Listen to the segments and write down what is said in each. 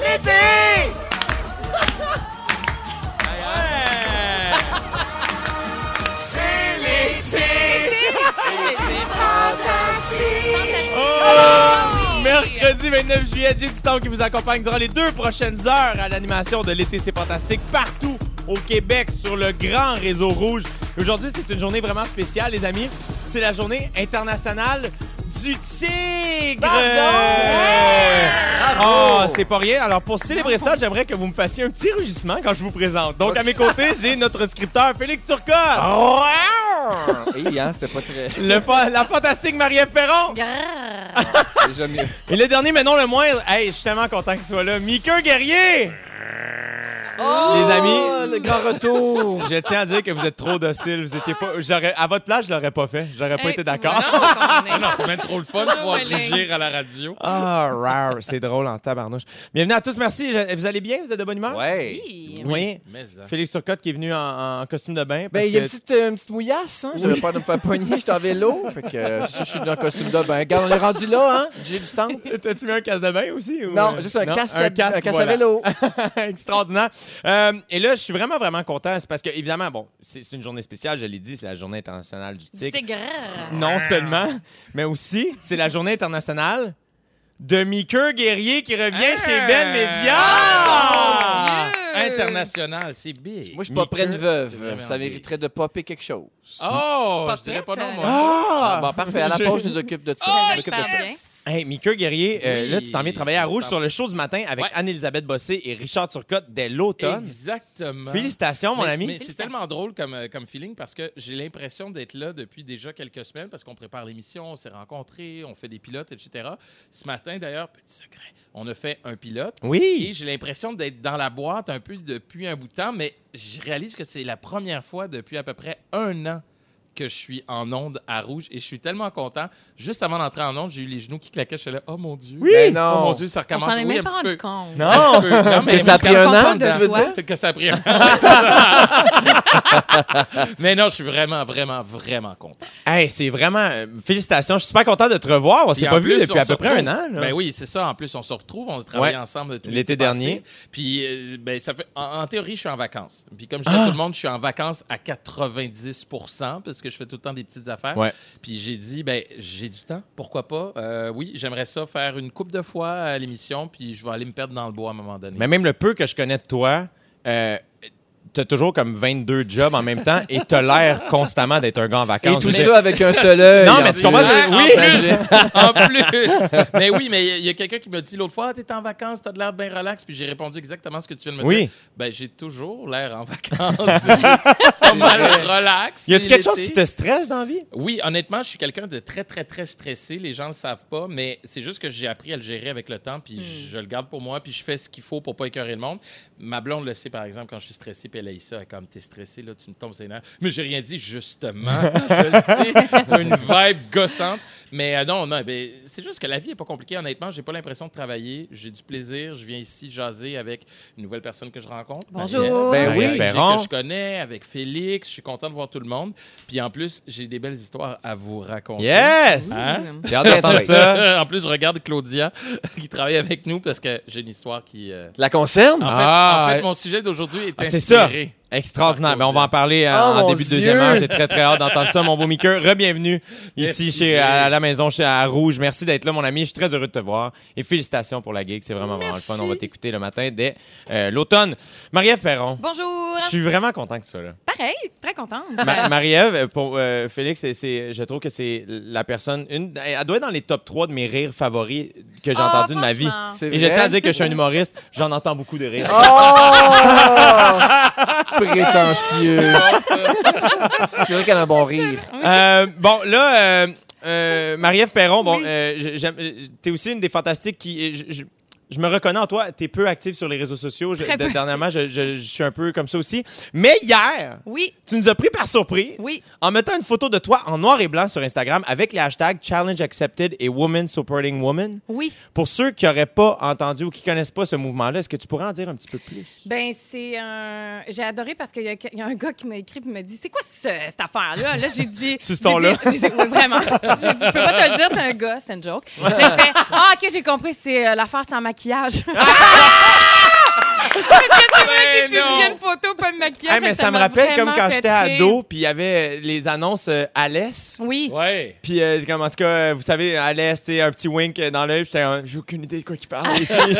L'été C'est l'été Oh! Mercredi 29 juillet, j'ai du temps qui vous accompagne durant les deux prochaines heures à l'animation de l'été c'est fantastique partout au Québec sur le grand réseau rouge. Et Aujourd'hui, c'est une journée vraiment spéciale les amis. C'est la journée internationale du tigre. Oh, c'est pas rien. Alors pour célébrer ça, j'aimerais que vous me fassiez un petit rugissement quand je vous présente. Donc à mes côtés, j'ai notre scripteur Félix Turcotte. Oui, hein, c'était pas très... Le fa- la fantastique Marie-Ève Perron. Déjà mieux. Et le dernier, mais non le moins, hey, je suis tellement content qu'il soit là. Mickey Guerrier! Les amis, Ah, le grand retour! je tiens à dire que vous êtes trop docile. Vous étiez pas. J'aurais, à votre place, je l'aurais pas fait. J'aurais pas été d'accord. Ah non, c'est même trop le fun de pouvoir Ouais, ouais. rugir à la radio. Ah, rare. C'est drôle en tabarnouche. Bienvenue à tous. Merci. Je- Vous allez bien? Vous êtes de bonne humeur? Ouais! Oui. Mais hein. ça. Félix Turcotte qui est venu en, en costume de bain. Ben, parce il y a que- une petite, euh, une petite mouillasse, hein? J'avais peur de me faire pogner, j'étais en vélo. Fait que euh, je, je suis dans un costume de bain. Regarde, on est rendu là, hein? J'ai du temps. T'as-tu mis un casque de bain aussi? ou- euh, Non, juste un casque, à- un casque voilà. à vélo. Extraordinaire. Euh, et là, je suis vraiment, vraiment content. C'est parce que, évidemment, bon, c'est c'est une journée spéciale, je l'ai dit, c'est la journée internationale du tigre. C'est Ah. Non seulement, mais aussi, c'est la journée internationale de Mickey Guerrier qui revient Ah! chez Ben Media. mon Dieu! Ah! International, c'est big. Moi, je suis pas près de veuve. Ça bien. mériterait de popper quelque chose. Oh, Pas je dirais prête, pas non, euh, moi. Ah! Bon, parfait. À la Je- pause, je nous occupe de ça. Oh, je m'occupe de ça. Hey, Mickey Guerrier, euh, Oui, là, tu t'en viens travailler à je Rouge t'en- sur le show du matin avec Ouais. Anne-Elisabeth Bossé et Richard Turcotte dès l'automne. Exactement. Ah! Félicitations, mon Mais- ami. Mais c'est tellement drôle comme, euh, comme feeling parce que j'ai l'impression d'être là depuis déjà quelques semaines parce qu'on prépare l'émission, on s'est rencontrés, on fait des pilotes, etc. Ce matin, d'ailleurs, petit secret, on a fait un pilote. Et Oui. j'ai l'impression d'être dans la boîte un peu depuis un bout de temps, mais je réalise que c'est la première fois depuis à peu près un an que je suis en onde à rouge et je suis tellement content. Juste avant d'entrer en onde, j'ai eu les genoux qui claquaient. Je suis là, oh mon Dieu. Oui. Mais Oh non! mon Dieu, ça On recommence. s'en est oui, même un pas petit rendu peu. compte. Un Non. petit peu. Non, mais que ça a je suis pris un content an, de tu veux soi. dire? que ça a pris un an. C'est ça. mais non, je suis vraiment, vraiment, vraiment content. Hey, c'est vraiment. euh, Félicitations. Je suis super content de te revoir. On s'est Puis en Ah, pas vu plus, depuis on à se peu près un retrouve. an. là. Ben oui, c'est ça. En plus, on se retrouve, on a travaillé Ouais. ensemble tout L'été passé. dernier. Puis, euh, ben, ça fait. En, en théorie, je suis en vacances. Puis, comme je Ah! dis à tout le monde, je suis en vacances à 90 parce que je fais tout le temps des petites affaires. Ouais. Puis, j'ai dit, ben, j'ai du temps. Pourquoi pas Euh, Oui, j'aimerais ça faire une coupe de fois à l'émission. Puis, je vais aller me perdre dans le bois à un moment donné. Mais même le peu que je connais de toi, euh, t'as toujours comme 22 jobs en même temps et t'as l'air constamment d'être un gars en Et vacances. tout Mais- ça avec un seul œil. Non, en mais tu comprends plus. ce que- En oui. plus, en plus. Mais oui, mais il y a quelqu'un qui m'a dit l'autre fois, Ah, t'es en vacances, t'as de l'air bien relax. Puis j'ai répondu exactement ce que tu viens de me Oui. dire. Ben, j'ai toujours l'air en vacances. Pas mal relax. Y a-tu C'est quelque chose l'été. qui te stresse dans la vie? Oui, honnêtement, je suis quelqu'un de très, très, très stressé. Les gens ne le savent pas, mais c'est juste que j'ai appris à le gérer avec le temps, puis je le garde pour moi, puis je fais ce qu'il faut pour pas écœurer le monde. Ma blonde le sait, par exemple, quand je suis stressé, puis elle a ça, elle est comme, t'es stressé, là, tu me tombes ses nerfs. Mais j'ai rien dit, justement. je le sais, t'as une vibe gossante. Mais euh, non, non, ben, c'est juste que la vie est pas compliquée, honnêtement. J'ai pas l'impression de travailler. J'ai du plaisir. Je viens ici jaser avec une nouvelle personne que je rencontre. Bonjour. Marie-Ève. Ben oui. Marie-Ève Perron. que je connais, avec Félix. Je suis content de voir tout le monde. Puis en plus, j'ai des belles histoires à vous raconter. Yes! Hein? J'ai hâte d'entendre Attends, ça. Ça. en plus, je regarde Claudia qui travaille avec nous parce que j'ai une histoire qui. euh, La concerne? En, Ah, fait, en euh, fait, mon sujet d'aujourd'hui est Ah, c'est ça. inspiré. Extraordinaire. Par Ben, on va en parler euh, Oh, en mon début de Dieu. deuxième heure. J'ai très, très hâte d'entendre ça, mon beau Mickey. Rebienvenue ici Merci, chez, Jay. à la maison chez à Rouge. Merci d'être là, mon ami. Je suis très heureux de te voir. Et félicitations pour la gig. C'est vraiment, vraiment le fun. On va t'écouter le matin dès euh, l'automne. Marie-Ève Perron, Bonjour. je suis vraiment content que ça. Là. Pareil, très contente. Ma- Marie-Ève, pour euh, Félix, c'est- c'est- je trouve que c'est la personne. Une, elle doit être dans les top 3 de mes rires favoris que j'ai Ah, entendu de ma vie. franchement. C'est Et je tiens à vrai? dire que je suis un humoriste, j'en entends beaucoup de rires. Oh! Prétentieux. C'est vrai qu'elle a un bon rire. Euh, bon, là, euh, euh, Marie-Ève Perron, bon, euh, je- j'aime- euh, t'es aussi une des fantastiques qui. je- je- je me reconnais en toi. Tu es peu active sur les réseaux sociaux. Je- Très peu. dernièrement, je, je- je suis un peu comme ça aussi. Mais hier, Oui, tu nous as pris par surprise oui. en mettant une photo de toi en noir et blanc sur Instagram avec les hashtags Challenge Accepted et Woman Supporting Woman. Oui, Pour ceux qui n'auraient pas entendu ou qui connaissent pas ce mouvement-là, est-ce que tu pourrais en dire un petit peu plus? ben c'est un. J'ai adoré parce qu'il y, a- il y a un gars qui m'a écrit et m'a dit C'est quoi ce- cette affaire-là Là, j'ai dit. C'est ce j'ai ton-là. dit- j'ai dit, Oui, vraiment. J'ai dit Je peux pas te le dire, t'es un gars, c'est une joke. Il fait Ah, OK, j'ai compris, c'est euh, l'affaire sans maquillage. Parce que c'est vrai que Ah, j'ai Ben non. publié une photo, pas de maquillage. Hey, mais ça me m'a rappelle comme vraiment quand fait j'étais rire. ado, puis il y avait euh, les annonces euh, à l'Est. Oui. Ouais. Puis, euh, comme, en tout cas, euh, vous savez, à l'Est, tu sais, un petit wink euh, dans l'œil, puis j'étais comme, j'ai aucune idée de quoi qu'il parle. les filles.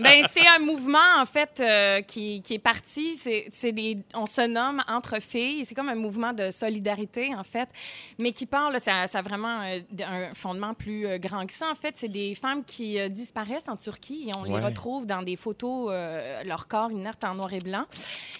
Ben, c'est un mouvement, en fait, euh, qui, qui est parti. C'est, c'est des, on se nomme entre filles. C'est comme un mouvement de solidarité, en fait, mais qui parle, ça, ça a vraiment euh, d- un fondement plus euh, grand que ça. En fait, c'est des femmes qui euh, disparaissent en Turquie et on Ouais. les retrouve dans des photos, euh, leur corps inerte en noir et blanc.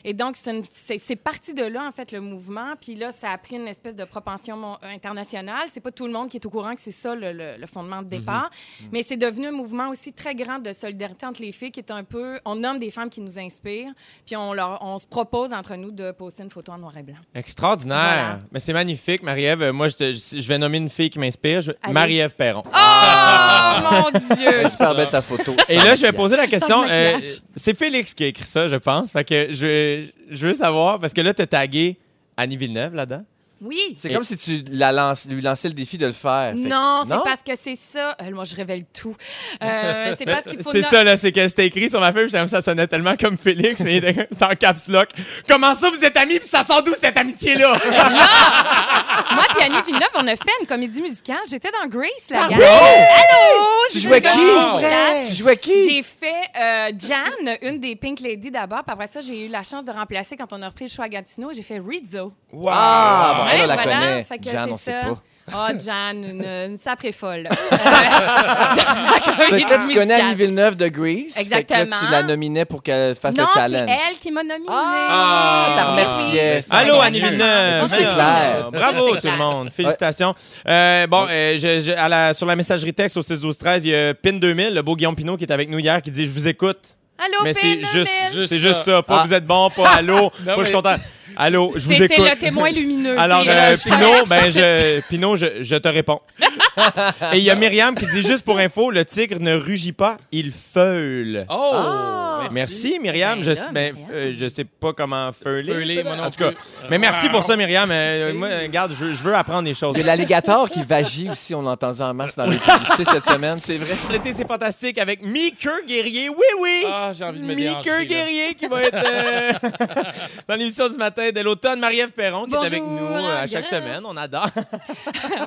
Et donc, c'est, une- c'est- c'est parti de là, en fait, le mouvement. Puis là, ça a pris une espèce de propension mon- internationale. C'est pas tout le monde qui est au courant que c'est ça le, le- le fondement de départ. Mais c'est devenu un mouvement aussi très grand de solidarité entre les filles qui est un peu. On nomme des femmes qui nous inspirent, puis on, leur, on se propose entre nous de poster une photo en noir et blanc. Extraordinaire. Voilà. Mais c'est magnifique, Marie-Ève. Euh, Moi, je, te- je- je vais nommer une fille qui m'inspire, je- Allez. Ah, Marie-Ève Perron. Oh mon Dieu! Super belle ta photo. Et là, je vais poser la question. Sans euh, maquillage. c'est Félix qui a écrit ça, je pense. Fait que je, je veux savoir, parce que là, t'as tagué Annie Villeneuve là-dedans. Oui! C'est comme si tu la lances- lui lançais le défi de le faire. Fait que- Non, c'est Non? parce que c'est ça. Euh, moi, je révèle tout. Euh, c'est parce qu'il faut. C'est no- ça, là, c'est que c'était écrit sur ma feuille, puis j'aime ça sonnait tellement comme Félix, mais c'était en caps lock. Comment ça, vous êtes amis, puis ça sort d'où cette amitié-là? Ah, Moi, puis Annie Villeneuve, on a fait une comédie musicale. J'étais dans Grace, Ah, la gang. Tu jouais qui? Wow. Tu jouais qui? J'ai fait euh, Jan, une des Pink Lady d'abord. Puis après ça, j'ai eu la chance de remplacer quand on a repris le choix à Gatineau. J'ai fait Rizzo. Wow! Ah, bon, elle, Ouais, on la voilà. connaît. Fait que Jeanne, c'est on sait ça. pas. Ah, Jan, une, une sacrée folle. Euh, dans la Fait que là, tu comédie connais musicale. Annie Villeneuve de Grease. Fait que là, tu Exactement. la nominais pour qu'elle fasse Non, le c'est challenge. elle qui m'a nominée. Ah, t'as remercié. Oui. Allô, Ça Annie gagne. Villeneuve! Tout c'est Alors, clair. Tout Bravo, c'est tout le clair. monde. Félicitations. Euh, bon, euh, je- je- à la- sur la messagerie texte au 6 12 13 il y a PIN2000, le beau Guillaume Pinot qui est avec nous hier, qui dit « Je vous écoute ». Allô, Mais c'est Pin juste, Bell. Juste c'est juste ça. ça. Pas Ah. vous êtes bon, pas allô, pas je suis mais- content. Allô, je vous C'est écoute. c'est le témoin lumineux. Alors, Puis, euh, euh, je- Pinot, ben, je, Pinot, je, je te réponds. Et il y a Myriam qui dit juste pour info, le tigre ne rugit pas, il feule. Oh! Ah, Merci, Myriam. Ben Je, là, ben, Myriam. euh, je sais pas comment feuler. Feulé, moi non en tout cas. plus. Mais merci Wow. pour ça, Myriam. Euh, moi, regarde, je, je veux apprendre des choses. Il y a l'alligator qui vagit aussi, on l'a entendu en masse dans les publicités cette semaine, c'est vrai. L'été, c'est fantastique avec Mickey Guerrier. Oui, oui! Ah, j'ai envie de me déhancher, là. Mickey Guerrier qui va être euh, dans l'émission du matin de l'automne. Marie-Ève Perron qui est avec Bonjour, nous euh, à chaque Grand. semaine. On adore.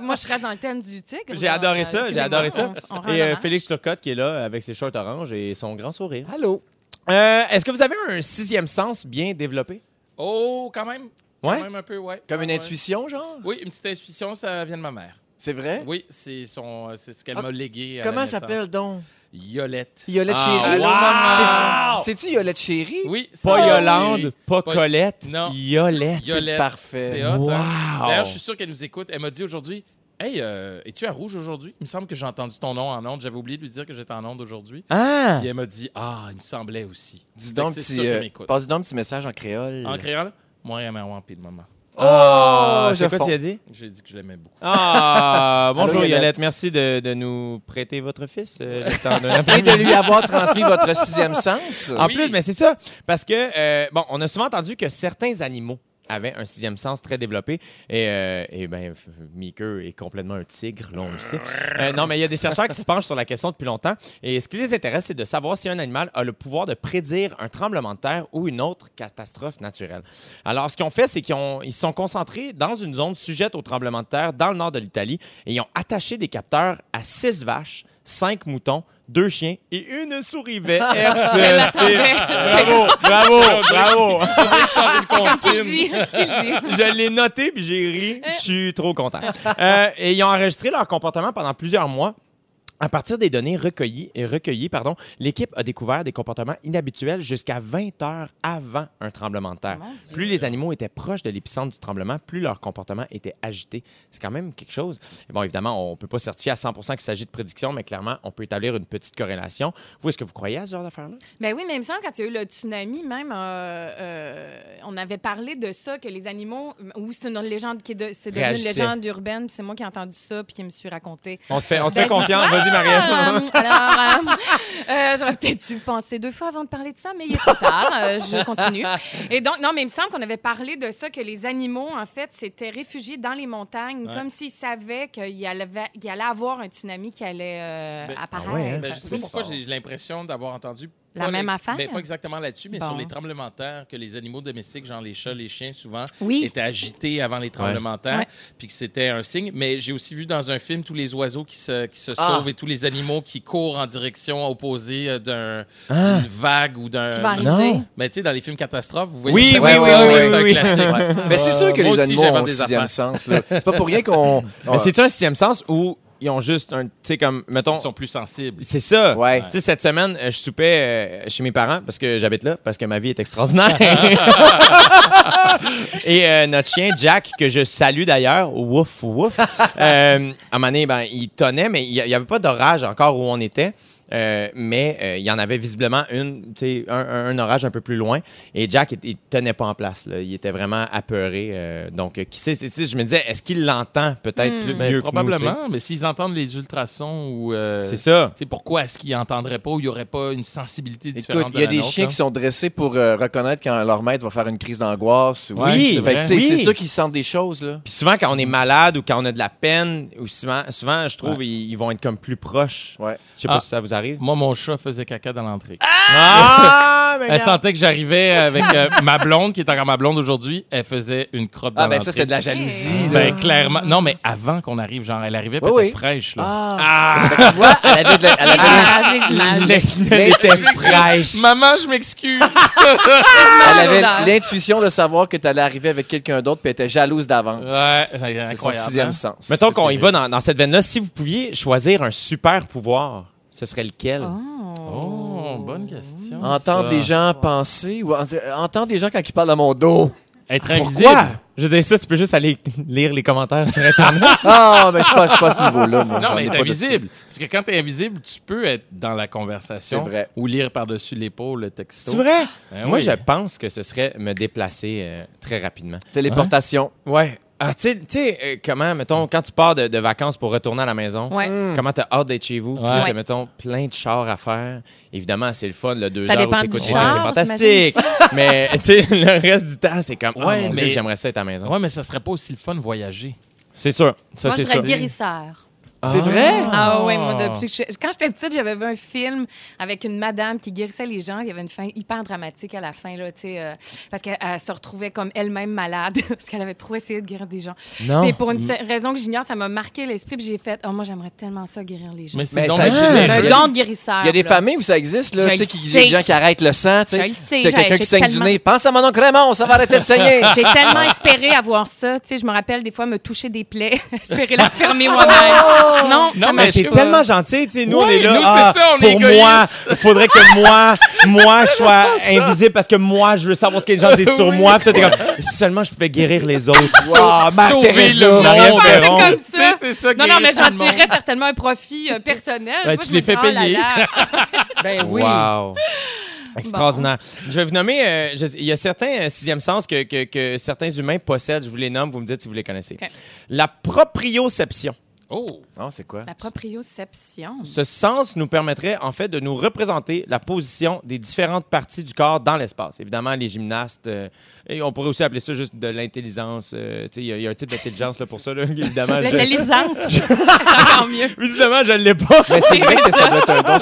Moi, je reste dans le thème du tigre. J'ai Alors, adoré euh, ça, j'ai excusez-moi, adoré ça. on- on rend Et euh, hommage. Félix Turcotte qui est là euh, avec ses shorts orange et son grand sourire. Allô? Ah. Euh, Est-ce que vous avez un sixième sens bien développé? Oh, quand même. Ouais? Quand même un peu, ouais. Comme Ah une Ouais. intuition, genre? Oui, une petite intuition, ça vient de ma mère. C'est vrai? Oui, c'est son, c'est ce qu'elle Ah, m'a légué. à la Comment naissance. s'appelle donc? Yolette. Yolette Ah, Chérie. wow! C'est- C'est-tu Yolette Chérie? Oui, c'est- Pas Ah, Yolande, pas Pas- Colette, Non. Yolette. Yolette. Parfait. C'est hot. hein? Wow! D'ailleurs, je suis sûr qu'elle nous écoute. Elle m'a dit aujourd'hui. Hey, euh, es-tu à rouge aujourd'hui? Il me semble que j'ai entendu ton nom en onde. J'avais oublié de lui dire que j'étais en onde aujourd'hui. Ah! Puis elle m'a dit Ah, il me semblait aussi. Dis Fait donc, que ben, c'est petit, sûr qu'elle euh, m'écoute. passe donc un petit message en créole. En créole, moi, elle m'a wampé le moment. Oh, je c'est quoi fonds. tu as dit? J'ai dit que je l'aimais beaucoup. Ah! bonjour Allô, Yolette. Yolette, merci de, de nous prêter votre fils euh, le temps d'un Et de après-midi. lui avoir transmis votre sixième sens. En Oui. plus, mais c'est ça, parce que, euh, bon, on a souvent entendu que certains animaux avaient un sixième sens très développé. Et, euh, eh ben, f- Meeker est complètement un tigre, là, on le sait. Euh, non, mais il y a des chercheurs qui se penchent sur la question depuis longtemps. Et ce qui les intéresse, c'est de savoir si un animal a le pouvoir de prédire un tremblement de terre ou une autre catastrophe naturelle. Alors, ce qu'ils ont fait, c'est qu'ils ont- ils se sont concentrés dans une zone sujette au tremblement de terre dans le nord de l'Italie et ils ont attaché des capteurs à six vaches, cinq moutons, deux chiens et une souris vette. Je l'attendais. Bravo, bravo, bravo. Je chante une Qu'il comptine. Ah, dit, qu'il dit. Je l'ai noté Euh, puis j'ai ri. Je suis trop content. Euh, et ils ont enregistré leur comportement pendant plusieurs mois. À partir des données recueillies, et recueillies pardon, l'équipe a découvert des comportements inhabituels jusqu'à 20 heures avant un tremblement de terre. Mon Dieu. Plus les animaux étaient proches de l'épicentre du tremblement, plus leur comportement était agité. C'est quand même quelque chose. Et Bon, évidemment, on ne peut pas certifier à 100 qu'il s'agit de prédictions, mais clairement, on peut établir une petite corrélation. Vous, est-ce que vous croyez à ce genre d'affaires-là? Ben oui, même ça, quand il y a eu le tsunami, même, euh, euh, on avait parlé de ça, que les animaux, ou c'est une légende qui est, de- c'est devenu une Réagissaient. légende urbaine, puis c'est moi qui ai entendu ça, puis qui me suis raconté. On te fait, on te Ben, fait confiance. Vas-y, Marianne. Euh, alors, euh, euh, j'aurais peut-être dû penser deux fois avant de parler de ça, mais il est trop tard. euh, je continue. Et donc, non, mais il me semble qu'on avait parlé de ça, que les animaux, en fait, s'étaient réfugiés dans les montagnes, Ouais. comme s'ils savaient qu'il allait, qu'il allait avoir un tsunami qui allait euh, Ben, apparaître. ah ouais, hein? Ben, je sais pas Oui. pourquoi j'ai l'impression d'avoir entendu. La pas même le- affaire? ben, pas exactement là-dessus, mais Bon. sur les tremblements de terre, que les animaux domestiques, genre les chats, les chiens, souvent, Oui. euh, étaient agités avant les tremblements de terre, Ouais. puis que c'était un signe. Mais j'ai aussi vu dans un film tous les oiseaux qui se, qui se Ah. sauvent et tous les animaux qui courent en direction opposée euh, d'un- Ah. d'une vague ou d'un. Qui va arriver. non. Mais tu sais, dans les films catastrophes, vous voyez. Oui, ça, oui, ça, oui, ça, oui, c'est un oui. classique. Mais c'est sûr que ben, Moi les aussi, animaux j'invente ont un des sixième affaires. sens. là. C'est pas pour rien qu'on. Ah, Mais c'est-tu un sixième sens où ils ont juste un. Tu sais, comme, mettons. Ils sont plus sensibles. C'est ça. Ouais. Tu sais, cette semaine, euh, je soupais euh, chez mes parents parce que j'habite là, parce que ma vie est extraordinaire. Et euh, notre chien, Jack, que je salue d'ailleurs, wouf, wouf, euh, à un moment donné, ben, il tonnait, mais il n'y avait pas d'orage encore où on était. Euh, mais euh, il y en avait visiblement une, tu sais, un, un- un orage un peu plus loin. Et Jack, il, il tenait pas en place. là. Il était vraiment apeuré. euh, donc, euh, qui sait, c'est- c'est- je me disais, est-ce qu'il l'entend peut-être Hmm. plus- Ben, mieux que nous, probablement, mais s'ils entendent les ultrasons ou. euh, tu sais? C'est ça. Tu sais, pourquoi est-ce qu'ils n'entendraient pas ou il n'y aurait pas une sensibilité différente Écoute, il y a de la des nôtre, chiens là? qui sont dressés pour euh, reconnaître quand leur maître va faire une crise d'angoisse. ou- Ouais, Oui, ben, c'est Fait que, vrai. tu sais, Oui. c'est sûr qu'ils sentent des choses, là. Puis souvent, quand on est Mm. malade ou quand on a de la peine, ou souvent, souvent je trouve, ils, ils vont être comme plus proches. Ouais. Je sais pas Ah. si ça vous arrive. Moi, mon chat faisait caca dans l'entrée. Ah, mais Elle sentait que j'arrivais avec euh, ma blonde, qui est encore ma blonde aujourd'hui. Elle faisait une crotte dans Ah, ben l'entrée. ça, c'était de la jalousie, Hey. là. Ben, clairement. Non, mais avant qu'on arrive, genre, elle arrivait, puis Oui, elle était oui. fraîche, là. Ah. Ah! Fait que tu vois, elle avait de la- elle Les avait de la- images, les images. Elle était fraîche. Maman, je m'excuse. elle avait l'odeur. l'intuition de savoir que tu allais arriver avec quelqu'un d'autre puis elle était jalouse d'avance. ouais, C'est incroyable. son sixième hein? sens. Mettons qu'on y va dans, dans cette veine-là. Si vous pouviez choisir un super pouvoir, ce serait lequel? Oh, bonne question. Entendre ça. les gens penser ou en- entendre les gens quand ils parlent à mon dos. Être invisible. Pourquoi? Je veux dire, ça, tu peux juste aller lire les commentaires sur Internet. Ah, mais je suis pas, je suis pas à ce niveau-là. moi. Non, J'en mais ai être pas de ça. invisible. Parce que quand t'es invisible, tu peux être dans la conversation C'est vrai. ou lire par-dessus l'épaule le texto. C'est vrai? Ben Moi, oui. je pense que ce serait me déplacer euh, très rapidement. Téléportation. Ouais. Ah, tu sais- tu sais, euh, comment, mettons, quand tu pars de, de vacances pour retourner à la maison, Ouais. Hmm. comment t'as hâte d'être chez vous, puis Ouais. là, t'as, Ouais. mettons, plein de chars à faire. Évidemment, c'est le fun, le deux Ça heures où dépend du t'écoutes char, rien, c'est fantastique. mais, tu sais, le reste du temps, c'est comme, Ouais, ouais, mais- j'aimerais ça être à la maison. Ouais, mais ça serait pas aussi le fun de voyager. C'est sûr. Ça, Moi, je c'est serais sûr. guérisseur. C'est vrai? Ah, ouais, moi, depuis que je- quand j'étais petite, j'avais vu un film avec une madame qui guérissait les gens. Il y avait une fin hyper dramatique à la fin, là, tu sais, euh, parce qu'elle elle se retrouvait comme elle-même malade, parce qu'elle avait trop essayé de guérir des gens. Non. Mais pour une fa- raison que j'ignore, ça m'a marqué l'esprit, puis j'ai fait, oh, moi, j'aimerais tellement ça, guérir les gens. Mais Mais c'est donc ça bien existe. généreux. C'est un il y a- don de guérisseur. Il y a des là. familles où ça existe, Je là, tu le Ah. sais, qui- des gens sais. qui arrêtent le sang, tu Je sais. le sais, T'as j'ai- quelqu'un j'ai qui saigne du tellement- nez. Pense à mon oncle Raymond, ça va arrêter de saigner. J'ai tellement espéré avoir ça. Tu sais, je me rappelle des fois me toucher des plaies, espérer la fermer moi-même. Non, Non, ça mais Mais marche t'es pas. tellement gentil, tu sais, nous, Oui, on est là. nous, c'est ah, ça, on est pour moi, égoïste. il faudrait que moi, moi, je sois invisible parce que moi, je veux savoir ce que les gens disent sur Oui. moi. Puis toi, t'es comme, si seulement je pouvais guérir les autres. Ah, Wow, Bah, Mère Sauver Teresa. le monde. Marianne C'est Perron. comme Tu sais, ça. c'est ça Non, non, guérir mais tout le j'en monde. tirerais certainement un profit euh, personnel. Ben, Moi, tu je les me fais dis, oh là payer. là. Ben oui. Wow. Extraordinaire. Je vais vous nommer. euh, je- il y a certains euh, sixième sens que, que- que certains humains possèdent. Je vous les nomme, vous me dites si vous les connaissez. OK. La proprioception. Oh, Non, c'est quoi? La proprioception. Ce sens nous permettrait en fait de nous représenter la position des différentes parties du corps dans l'espace. Évidemment, les gymnastes, euh, et on pourrait aussi appeler ça juste de l'intelligence. euh, tu sais, il y, a- il y a un type d'intelligence là, pour ça, là, évidemment. je... L'intelligence. C'est Ah, Encore mieux. Visiblement, je ne l'ai pas. Mais c'est vrai que ça doit être un don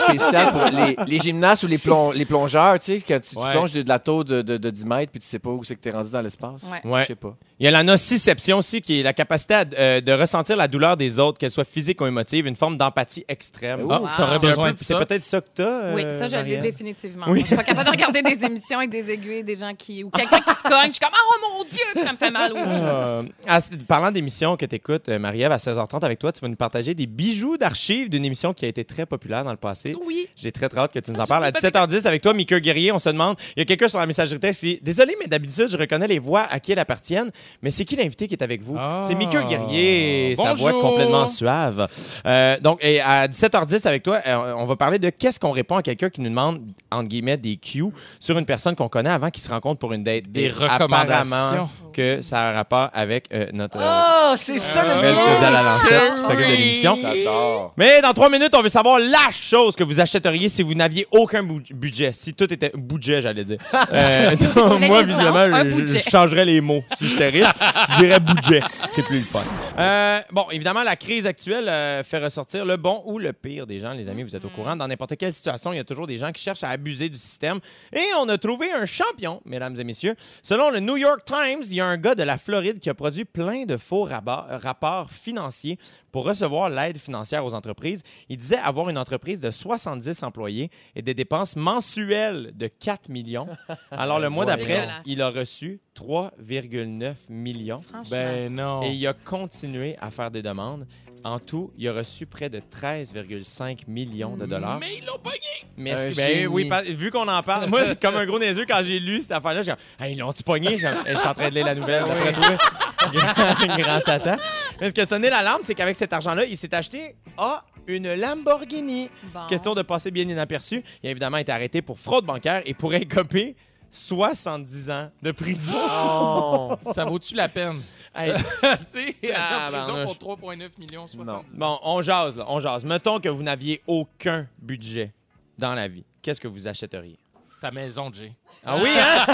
spécial pour les, les gymnastes ou les, plon- les plongeurs, tu sais, quand tu, tu Ouais. plonges de, de la taux de, de- de 10 mètres puis tu sais pas où c'est que t'es rendu dans l'espace. Ouais. Ouais. Je sais pas. Il y a la nociception aussi, qui est la capacité à- euh, de ressentir la douleur des autres. autres, qu'elle soit physique ou émotive, une forme d'empathie extrême. Oh, Ah, t'aurais C'est un besoin peu- de C'est ça. peut-être ça que t'as. Oui, euh, ça, je l'ai Marianne? définitivement. Oui. Moi, je suis pas capable de regarder des émissions avec des aiguilles, des gens qui. ou quelqu'un qui se cogne. Je suis comme, oh mon Dieu, ça me fait mal au jeu. Euh, à- parlant d'émissions que tu écoutes, Marie-Ève, à 16h30 avec toi, tu vas nous partager des bijoux d'archives d'une émission qui a été très populaire dans le passé. Oui. J'ai très, très hâte que tu nous en Je parles. À sais pas 17h10 avec toi, Mickey Guerrier, on se demande. Il y a quelqu'un sur la messagerie texte qui dit Désolé, mais d'habitude, je reconnais les voix à qui elles appartiennent, mais c'est qui l'invité qui est avec vous Ah. C'est Mickey Guerrier, sa Bonjour. voix complètement suave. Euh, donc, et à 17h10 avec toi, euh, on va parler de qu'est-ce qu'on répond à quelqu'un qui nous demande, entre guillemets, des cues sur une personne qu'on connaît avant qu'ils se rencontrent pour une date. Des Et recommandations. Oh, apparemment que ça a un rapport avec euh, notre. Ah, c'est ça euh, le Mel lien. Cousin à la lancette qui s'occupe de Oui. l'émission. J'adore. Mais dans trois minutes, on veut savoir la chose que vous achèteriez si vous n'aviez aucun bou- budget. Si tout était budget, j'allais dire. Euh, non, moi, L'exemple, visiblement, un je, budget. je changerais les mots. Si j'étais riche, je dirais budget. C'est plus le fun. Euh, bon, évidemment, la crise actuelle euh, fait ressortir le bon ou le pire des gens. Les amis, vous êtes au courant. Dans n'importe quelle situation, il y a toujours des gens qui cherchent à abuser du système. Et on a trouvé un champion, mesdames et messieurs. Selon le New York Times, il y a un gars de la Floride qui a produit plein de faux rabats- rapports financiers pour recevoir l'aide financière aux entreprises. Il disait avoir une entreprise de 70 employés et des dépenses mensuelles de 4 millions. Alors, le mois d'après, Dégueulasse. il a reçu 3,9 millions Franchement. Ben non. et il a continué à faire des demandes. En tout, il a reçu près de 13,5 millions de dollars. Mais ils l'ont pogné. Mais est-ce Un que- ben, génie. oui, pa- vu qu'on en parle, moi, j'ai comme un gros niaiseux, quand j'ai lu cette affaire-là, j'ai dit Hey, ils l'ont-tu pogné J'ai- J'étais en train de lire la nouvelle, j'étais en train de trouver. Grand tata. Mais ce qui a sonné l'alarme, c'est qu'avec cet argent-là, il s'est acheté ah, une Lamborghini. Bon. Question de passer bien inaperçu. Il a évidemment été arrêté pour fraude bancaire et pourrait écoper 70 ans de prison. Oh. Oh. Ça vaut-tu la peine? Hey, tu sais, Ah, en prison barnouche. pour 3,9 millions, 70. Bon, on jase, là, on jase. Mettons que vous n'aviez aucun budget dans la vie. Qu'est-ce que vous achèteriez? Ta maison, Jay. Ah oui, hein?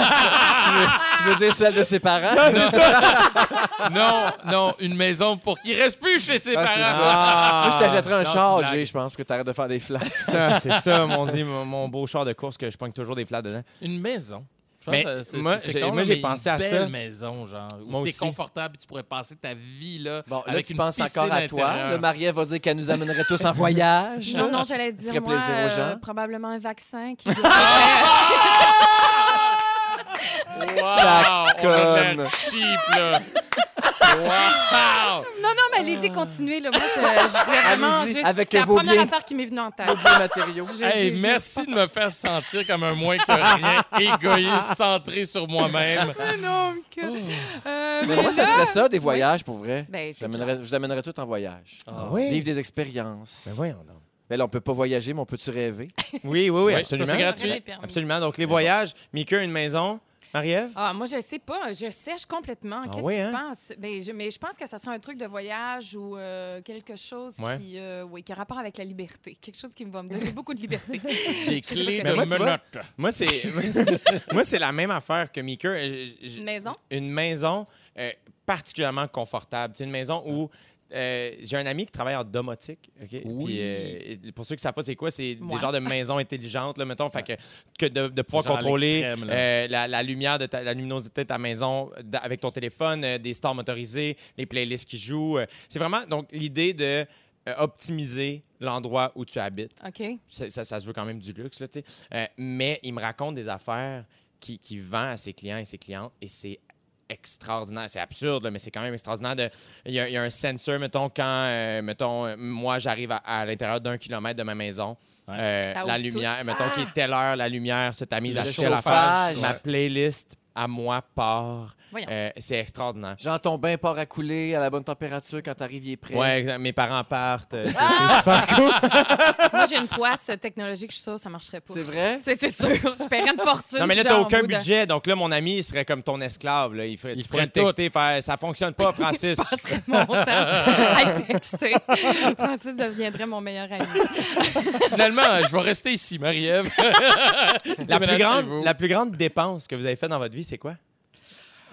tu, veux, tu veux dire celle de ses parents? non, non, une maison pour qu'il reste plus chez ses Ah, c'est parents. ça. Moi, je t'achèterais un Non, c'est char, une blague. Jay, je pense, pour que t'arrêtes de faire des flashs. Ça, c'est ça, mon, dit, mon, mon beau char de course que je pogne toujours des flats dedans. Une maison. Je Mais que c'est- moi, c'est j'ai- con, moi, là, j'ai mais pensé une à belle ça. maison, genre. Moi Où t'es aussi. confortable, tu pourrais passer ta vie, là. Bon, là, avec tu une penses encore piscine à toi. intérieure. Le marié va dire qu'elle nous amènerait tous en voyage. Non, non, j'allais ferait dire, moi, plaisir aux euh, gens. probablement un vaccin qui. Wow! on a de conne. la cheap, là. Wow! Ah Non, non, mais allez-y, continuez. Là. Moi, je, je disais vraiment Allez-y, juste. avec c'est la vos première biens. affaire qui m'est venue en tête. Des matériaux. Je- Hey, je- je- merci de me faire sentir comme un moins que rien, égoïste, centré sur moi-même. Ah non, que... Euh, Mais moi, ça là- serait ça, des voyages, pour vrai. Ben, c'est Je l'amènerais- je l'amènerais tout en voyage. Ah Vivre des expériences. Mais Ben voyons donc. Mais là, on peut pas voyager, mais on peut-tu rêver? Oui, oui, oui, Oui, absolument. ça, c'est gratuit. J'aurais les permis. Absolument. Donc, les voyages, Mika, une maison. Marie-Ève? Ah, moi, je sais pas. Je sèche complètement. Qu'est-ce oui, qui se hein? passe? Ben, je, mais je pense que ça serait un truc de voyage ou euh, quelque chose Ouais. qui, euh, oui, qui a rapport avec la liberté. Quelque chose qui va me donner beaucoup de liberté. Des Je sais pas clés ce de que c'est. menottes. Moi, c'est moi c'est la même affaire que Mika. Euh, j- j- Une maison? Une maison euh, particulièrement confortable. C'est une maison où... euh, J'ai un ami qui travaille en domotique. ok? Oui. Puis, euh, pour ceux qui ne savent pas c'est quoi, c'est des Ouais. genres de maisons intelligentes, là, mettons, fait que, que de, de pouvoir Genre à contrôler l'extrême, là. euh, la, la lumière, de ta- la luminosité de ta maison euh, d- avec ton téléphone, euh, des stars motorisés, les playlists qui jouent. euh. c'est vraiment donc l'idée de euh, optimiser l'endroit où tu habites OK. ça, ça- ça se veut quand même du luxe, là, tu sais. Euh, mais il me raconte des affaires qu'il qui vend à ses clients et ses clientes et c'est extraordinaire. C'est absurde, là, mais c'est quand même extraordinaire. de- il, y a, il y a un sensor, mettons, quand, euh, mettons, euh, moi, j'arrive à, à l'intérieur d'un kilomètre de ma maison, Ouais. euh, Ça ouvre la tout. Ah! lumière, mettons qu'il est telle heure, la lumière se tamise Le à telle affaire. chauffage. Ma playlist à moi part. Voyons. Euh, c'est extraordinaire. Genre, ton bain part à couler à la bonne température quand t'arrives, il est prêt. Ouais, exact. mes parents partent. euh, c'est- c'est super cool. moi, j'ai une poisse technologique. Je suis sûre que ça marcherait pas. C'est vrai? C'est c'est sûr. Je paierais une fortune. Non, mais là, genre, t'as au aucun bout de- budget. Donc là, mon ami, il serait comme ton esclave. Là. Il ferait, Il tu pourrais ferait le texter, faire Ça fonctionne pas, Francis. Je passerais mon temps à le texter. Francis deviendrait mon meilleur ami. Finalement, je vais rester ici, Marie-Ève. la, Déménage plus chez grande, vous. la plus grande dépense que vous avez faite dans votre vie, c'est quoi?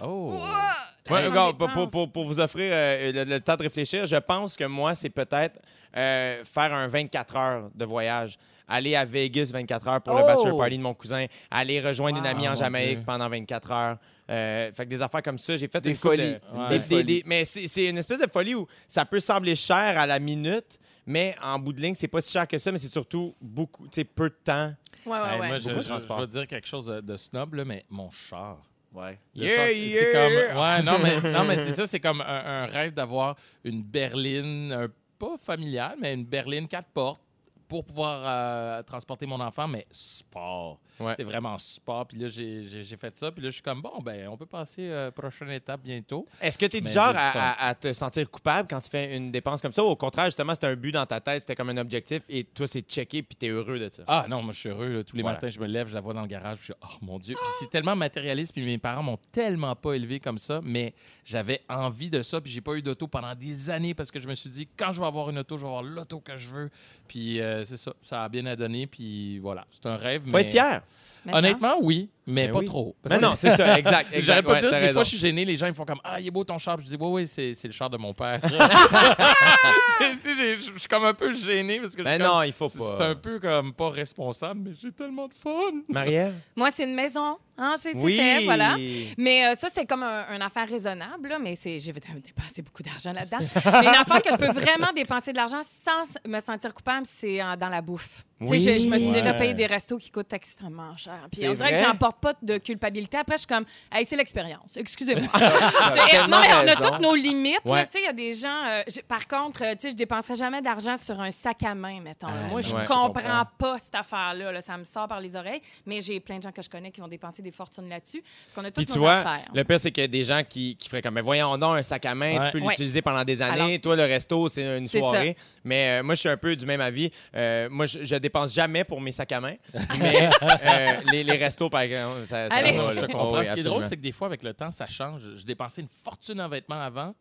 Oh. Ouah! Ouais, J'en regarde, pour, dépense. pour- pour- pour vous offrir euh, le, le temps de réfléchir, je pense que moi, c'est peut-être euh, faire un 24 heures de voyage. Aller à Vegas 24 heures pour le Oh! bachelor party de mon cousin. Aller rejoindre une Wow. amie Ah, en mon Jamaïque Dieu. pendant 24 heures. Euh, fait que des affaires comme ça, j'ai fait Des une couple de- folies. Ouais. des- Des des- folies. des- mais c'est c'est une espèce de folie où ça peut sembler cher à la minute, mais en bout de ligne, c'est pas si cher que ça, mais c'est surtout beaucoup, tu sais, peu de temps. Ouais, ouais, Hey, ouais. moi, je, Beaucoup de je- transport. je vais dire quelque chose de, de snob, là, mais mon char. Ouais. Le Yeah, char, c'est yeah. comme- Ouais, non, mais, non, mais c'est ça, c'est comme un, un rêve d'avoir une berline, un- pas familiale, mais une berline quatre portes pour pouvoir euh, transporter mon enfant, mais sport. Ouais. C'est vraiment sport. Puis là, j'ai- j'ai j'ai fait ça. Puis là, je suis comme, bon, ben, on peut passer à la prochaine étape bientôt. Est-ce que tu es du Mais genre j'ai du fun. à, à- à te sentir coupable quand tu fais une dépense comme ça? Ou au contraire, justement, c'était un but dans ta tête, c'était comme un objectif et toi, c'est checké puis tu es heureux de ça? Ah non, moi je suis heureux. là. Tous les Voilà. matins, je me lève, je la vois dans le garage, puis je suis oh mon Dieu. Puis c'est tellement matérialiste, puis mes parents m'ont tellement pas élevé comme ça, mais j'avais envie de ça, puis j'ai pas eu d'auto pendant des années parce que je me suis dit quand je vais avoir une auto, je vais avoir l'auto que je veux. Puis euh, c'est ça, ça a bien à donner, puis voilà, c'est un rêve. Faut mais... être fier. Maintenant. Honnêtement, oui, mais Ben pas oui. trop. Parce Mais que- non, c'est ça, exact. exact J'aurais pas ouais, dit, t'as des raison. fois je suis gêné, les gens ils font comme Ah, il est beau ton char. Puis je dis Oui, oui, c'est c'est le char de mon père. Tu sais, j'ai- Je je suis comme un peu gêné parce que je Mais suis comme- Ben non, il faut c'est- pas. C'est un peu comme pas responsable, mais j'ai tellement de fun. Marie-Ève? Moi, c'est une maison. Hein, j'ai Oui! fait, voilà. Mais euh, ça, c'est comme un- une affaire raisonnable, là, mais c'est, j'ai dépensé beaucoup d'argent là-dedans. mais une affaire que je peux vraiment dépenser de l'argent sans s- me sentir coupable, c'est en- dans la bouffe. Tu sais, Oui. Je, je me suis déjà Ouais. payé des restos qui coûtent extrêmement cher. Puis C'est on dirait vrai? que j'en porte pas de culpabilité. Après, je suis comme, hey, c'est l'expérience. Excusez-moi. T'as Eh, tellement non, mais on a raison. toutes nos limites. là. Ouais. Tu sais, il y a des gens. euh, j'ai- par contre, euh, tu sais, je dépenserais jamais d'argent sur un sac à main, mettons. Ah, Moi, non, je ouais, je comprends, comprends. pas cette affaire-là. là. Ça me sort par les oreilles. Mais j'ai plein de gens que je connais qui vont dépenser des fortunes là-dessus. Qu'on a toutes Puis tu nos vois, affaires. le pire, c'est qu'il y a des gens qui, qui feraient comme, mais voyons, on a un sac à main, tu Ouais. peux Ouais. l'utiliser pendant des années. Alors- Toi, le resto, c'est une C'est ça. soirée. Mais euh, moi, je suis un peu du même avis. Euh, moi, je, je dépense jamais pour mes sacs à main. mais euh, les, les restos, par exemple, ça, ça Allez. va, là. Ah, je Oh, comprends. oui, Ce qui est absolument. drôle, c'est que des fois, avec le temps, ça change. Je dépensais une fortune en vêtements avant.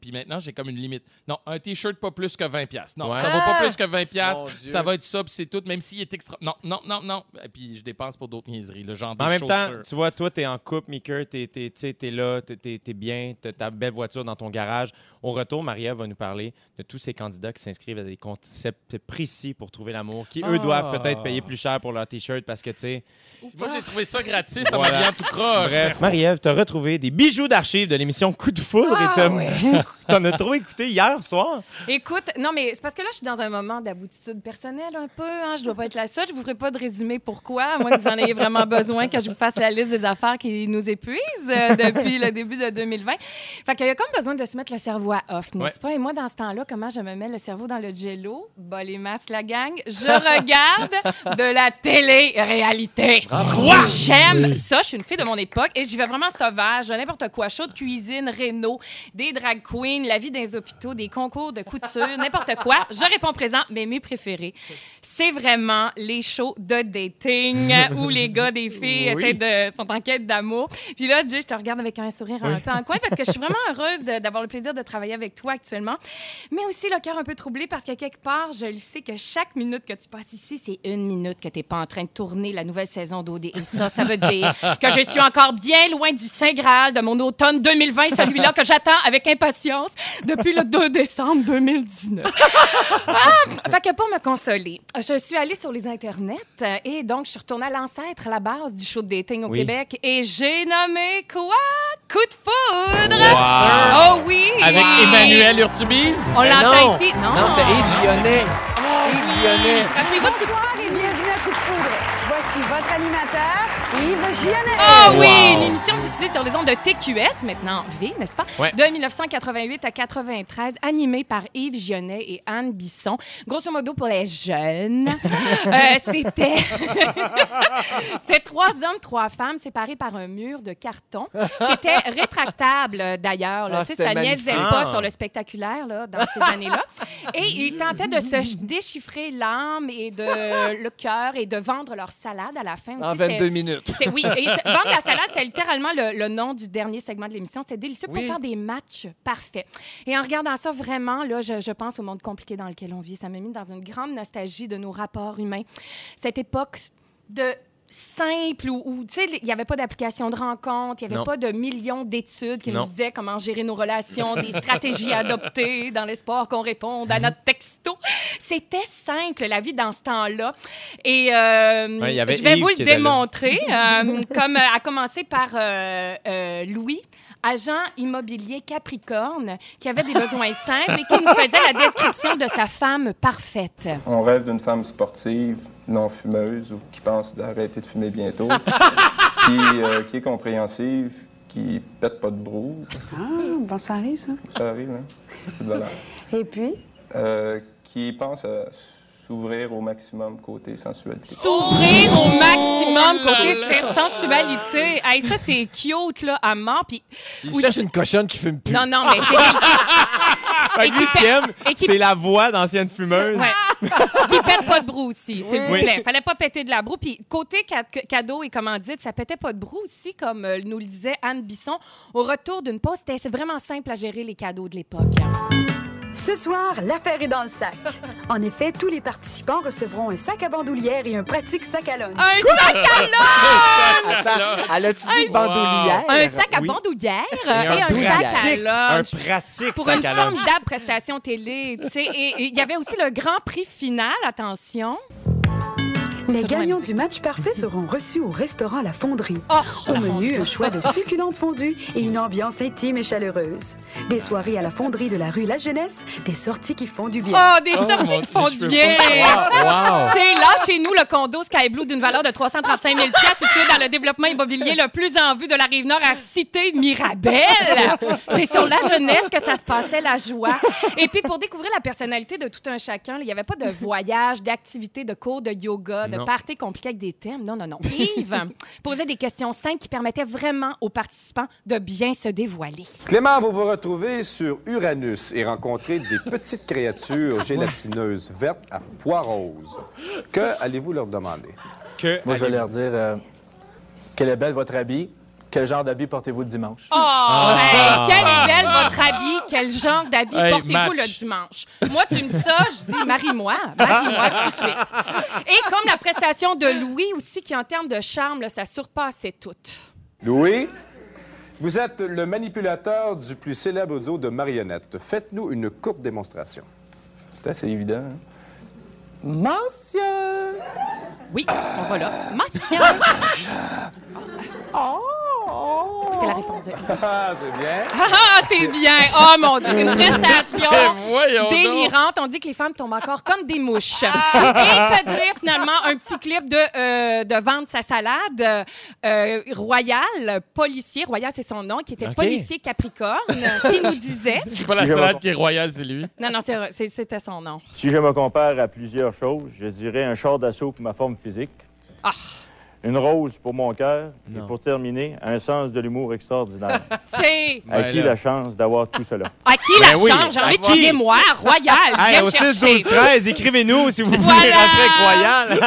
Puis maintenant, j'ai comme une limite. Non, un T-shirt, pas plus que 20$. piastres. Non, Ouais. ça va pas Ah! plus que 20$. Mon piastres. Dieu. Ça va être ça, puis c'est tout, même s'il est extra. Non, non, non, non. Et puis je dépense pour d'autres niaiseries, le genre En des même temps, chaussures. tu vois, toi, t'es en couple, Mika, t'es, t'es, tu sais, t'es là, t'es, t'es- t'es bien, t'as ta belle voiture dans ton garage. Au retour, Maria va nous parler de tous ces candidats qui s'inscrivent à des concepts précis pour trouver l'amour, qui, eux, Ah. doivent peut-être payer plus cher pour leur T-shirt parce que, tu sais... Moi, j'ai trouvé ça gratis en Voilà. m'habillant tout croche. Bref, Marie-Ève, t'as retrouvé des bijoux d'archives de l'émission Coup de foudre et Ah t'as- t'en as trop écouté hier soir. Écoute, non, mais c'est parce que là, je suis dans un moment d'aboutitude personnelle un peu. Hein, je dois pas être la seule. Je vous ferai pas de résumé pourquoi, à moins que vous en ayez vraiment besoin que je vous fasse la liste des affaires qui nous épuisent euh, depuis le début de 2020. Fait qu'il y a comme besoin de se mettre le cerveau à off, n'est-ce Ouais. pas? Et moi, dans ce temps-là, comment je me mets le cerveau dans le jello? Bas les masques, la gang. Je regarde de la télé-réalité. Quoi? J'aime ça. Je suis une fille de mon époque et j'y vais vraiment sauvage. N'importe quoi. Show de cuisine, réno, des drag queens, la vie dans les hôpitaux, des concours de couture, n'importe quoi. Je réponds présent, mais mes préférés, c'est vraiment les shows de dating où les gars des filles Oui. essaient de, sont en quête d'amour. Puis là, Jay, je te regarde avec un sourire un peu en coin parce que je suis vraiment heureuse de- d'avoir le plaisir de travailler avec toi actuellement. Mais aussi le cœur un peu troublé parce qu'à quelque part, je le sais que chaque minute que tu passes ici, c'est une minute que tu n'es pas en train de tourner la nouvelle saison d'OD. Et ça, ça veut dire que je suis encore bien loin du Saint Graal de mon automne 2020, celui-là que j'attends avec impatience depuis le 2 décembre 2019. Ah! Fait que pour me consoler, je suis allée sur les internets euh, et donc je suis retournée à l'ancêtre, à la base du show de dating au Oui. Québec et j'ai nommé quoi? Coup de foudre! Wow! Oh oui! Avec Emmanuel Urtubise. On Mais l'entend non. ici? Non! Oh, Non, c'était Yves Gionnet. Yves Gionnet. Rappelez-vous de Coup de Bonsoir et bienvenue à Coup de Foudre. Voici votre animateur, Yves Gionnet. Ah oui, Wow. une émission diffusée sur les ondes de TQS, maintenant V, n'est-ce pas? Ouais. De 1988 à 93, animée par Yves Gionnet et Anne Bisson. Grosso modo, pour les jeunes, euh, c'était... c'était trois hommes, trois femmes séparés par un mur de carton qui était rétractable, euh, d'ailleurs. là. Ah, Tu sais, ça c'était niaisait magnifique. pas Ah. sur le spectaculaire là, dans ces années-là. Et ils tentaient de se déchiffrer l'âme et de, le cœur et de vendre leur salade à la fin. En aussi. C'était- 22 minutes. c'est- oui, et c'est- vendre la salade, c'était littéralement le, le nom du dernier segment de l'émission. C'était délicieux pour Oui. faire des matchs parfaits. Et en regardant ça, vraiment, là, je, je pense au monde compliqué dans lequel on vit. Ça m'a mis dans une grande nostalgie de nos rapports humains. Cette époque de simple où, où, tu sais, il n'y avait pas d'application de rencontre, il n'y avait Non. pas de millions d'études qui Non. nous disaient comment gérer nos relations, des stratégies adoptées dans l'espoir qu'on réponde à notre texto. C'était simple, la vie dans ce temps-là. Et euh, Ouais, il y avait je vais Yves vous le qui était là. démontrer, euh, comme euh, à commencer par euh, euh, Louis, agent immobilier Capricorne, qui avait des besoins simples et qui nous faisait la description de sa femme parfaite. On rêve d'une femme sportive, non fumeuse ou qui pense d'arrêter de fumer bientôt, qui, euh, qui est compréhensive, qui pète pas de brou, Ah, bon, ça arrive, ça. ça arrive, hein? C'est de valeur. Et puis? Euh, qui pense à s'ouvrir au maximum côté sensualité. s'ouvrir au maximum là côté là. cette sensualité. Hey, ça, c'est cute, là, à mort. Puis... Il Oui, cherche une cochonne qui fume plus. Non, non, mais c'est Fait que lui, ce qu'il aime, et Ah, qui- c'est la voix d'ancienne fumeuse. ouais. qui pète pas de brou aussi, s'il vous Oui. plaît. Fallait pas péter de la brou. Puis côté ca- cadeau et commandite, ça pétait pas de brou aussi, comme euh, nous le disait Anne Bisson. Au retour d'une pause, c'était- c'est vraiment simple à gérer les cadeaux de l'époque. hein. Ce soir, l'affaire est dans le sac. En effet, tous les participants recevront un sac à bandoulière et un pratique sac à lunch. Un sac à Attends, elle a-tu dit Un- bandoulière? un sac à Oui. bandoulière un et un sac pratique. à Un lunch. pratique, pour ça, une Calonne. formidable prestation télé. tu sais. Et et il y avait aussi le grand prix final, attention. Les Toujours la gagnants musique. du match parfait seront reçus au restaurant La Fonderie. Oh, Au menu, un choix de succulentes fondues et une ambiance intime et chaleureuse. Des soirées à la fonderie de la rue La Jeunesse, des sorties qui font du bien. Oh, des Oh, mon sorties qui font Dieu, je du peux bien! Wow! C'est là, chez nous, le condo Sky Blue d'une valeur de 335 000 situé dans le développement immobilier le plus en vue de la Rive-Nord à Cité Mirabel. C'est sur la jeunesse que ça se passait, la joie. Et puis, pour découvrir la personnalité de tout un chacun, là, il n'y avait pas de voyage, d'activité, de cours, de yoga, de Non. parties compliquées avec des thèmes. Non, non, non. Yves posait des questions simples qui permettaient vraiment aux participants de bien se dévoiler. Clément va vous retrouver sur Uranus et rencontrer des petites créatures gélatineuses vertes à pois roses. Que allez-vous leur demander? Que Moi, je vais leur dire euh, quelle est belle votre habit, quel genre d'habit portez-vous le dimanche. Oh, hey, quel est belle votre habit, quel genre d'habit Ah. Hey, portez-vous match. le dimanche? Moi, tu me dis ça, je dis marie-moi, marie-moi tout de suite. Et comme la prestation de Louis aussi, qui en termes de charme, là, ça surpassait tout. Louis, vous êtes le manipulateur du plus célèbre duo de marionnettes. Faites-nous une courte démonstration. C'est assez évident. hein? Monsieur! Oui, on va là. Martial! C'était la réponse de Yves. Ah, c'est bien. Ah, c'est bien! Oh mon Dieu, une prestation! Ben voyons donc. délirante. On dit que les femmes tombent encore comme des mouches. Et que dire finalement un petit clip de, euh, de vendre sa salade euh, euh, Royal, policier, Royal c'est son nom, qui était Ok. policier Capricorne, qui nous disait. C'est pas la salade qui est royale, c'est lui. Non, non, c'est- c'est- c'était son nom. Si je me compare à plusieurs choses, je dirais un char d'assaut pour ma forme physique, Ah, une rose pour mon cœur, et Non. pour terminer, un sens de l'humour extraordinaire. c'est. à Ben qui là. la chance d'avoir tout cela? À qui Ben la oui, charge? J'ai à envie de qui? dire moi, Royal. Hey, viens au me 6, chercher. 12, 13, écrivez-nous si vous voulez Voilà. rentrer avec Royal à Ouais, la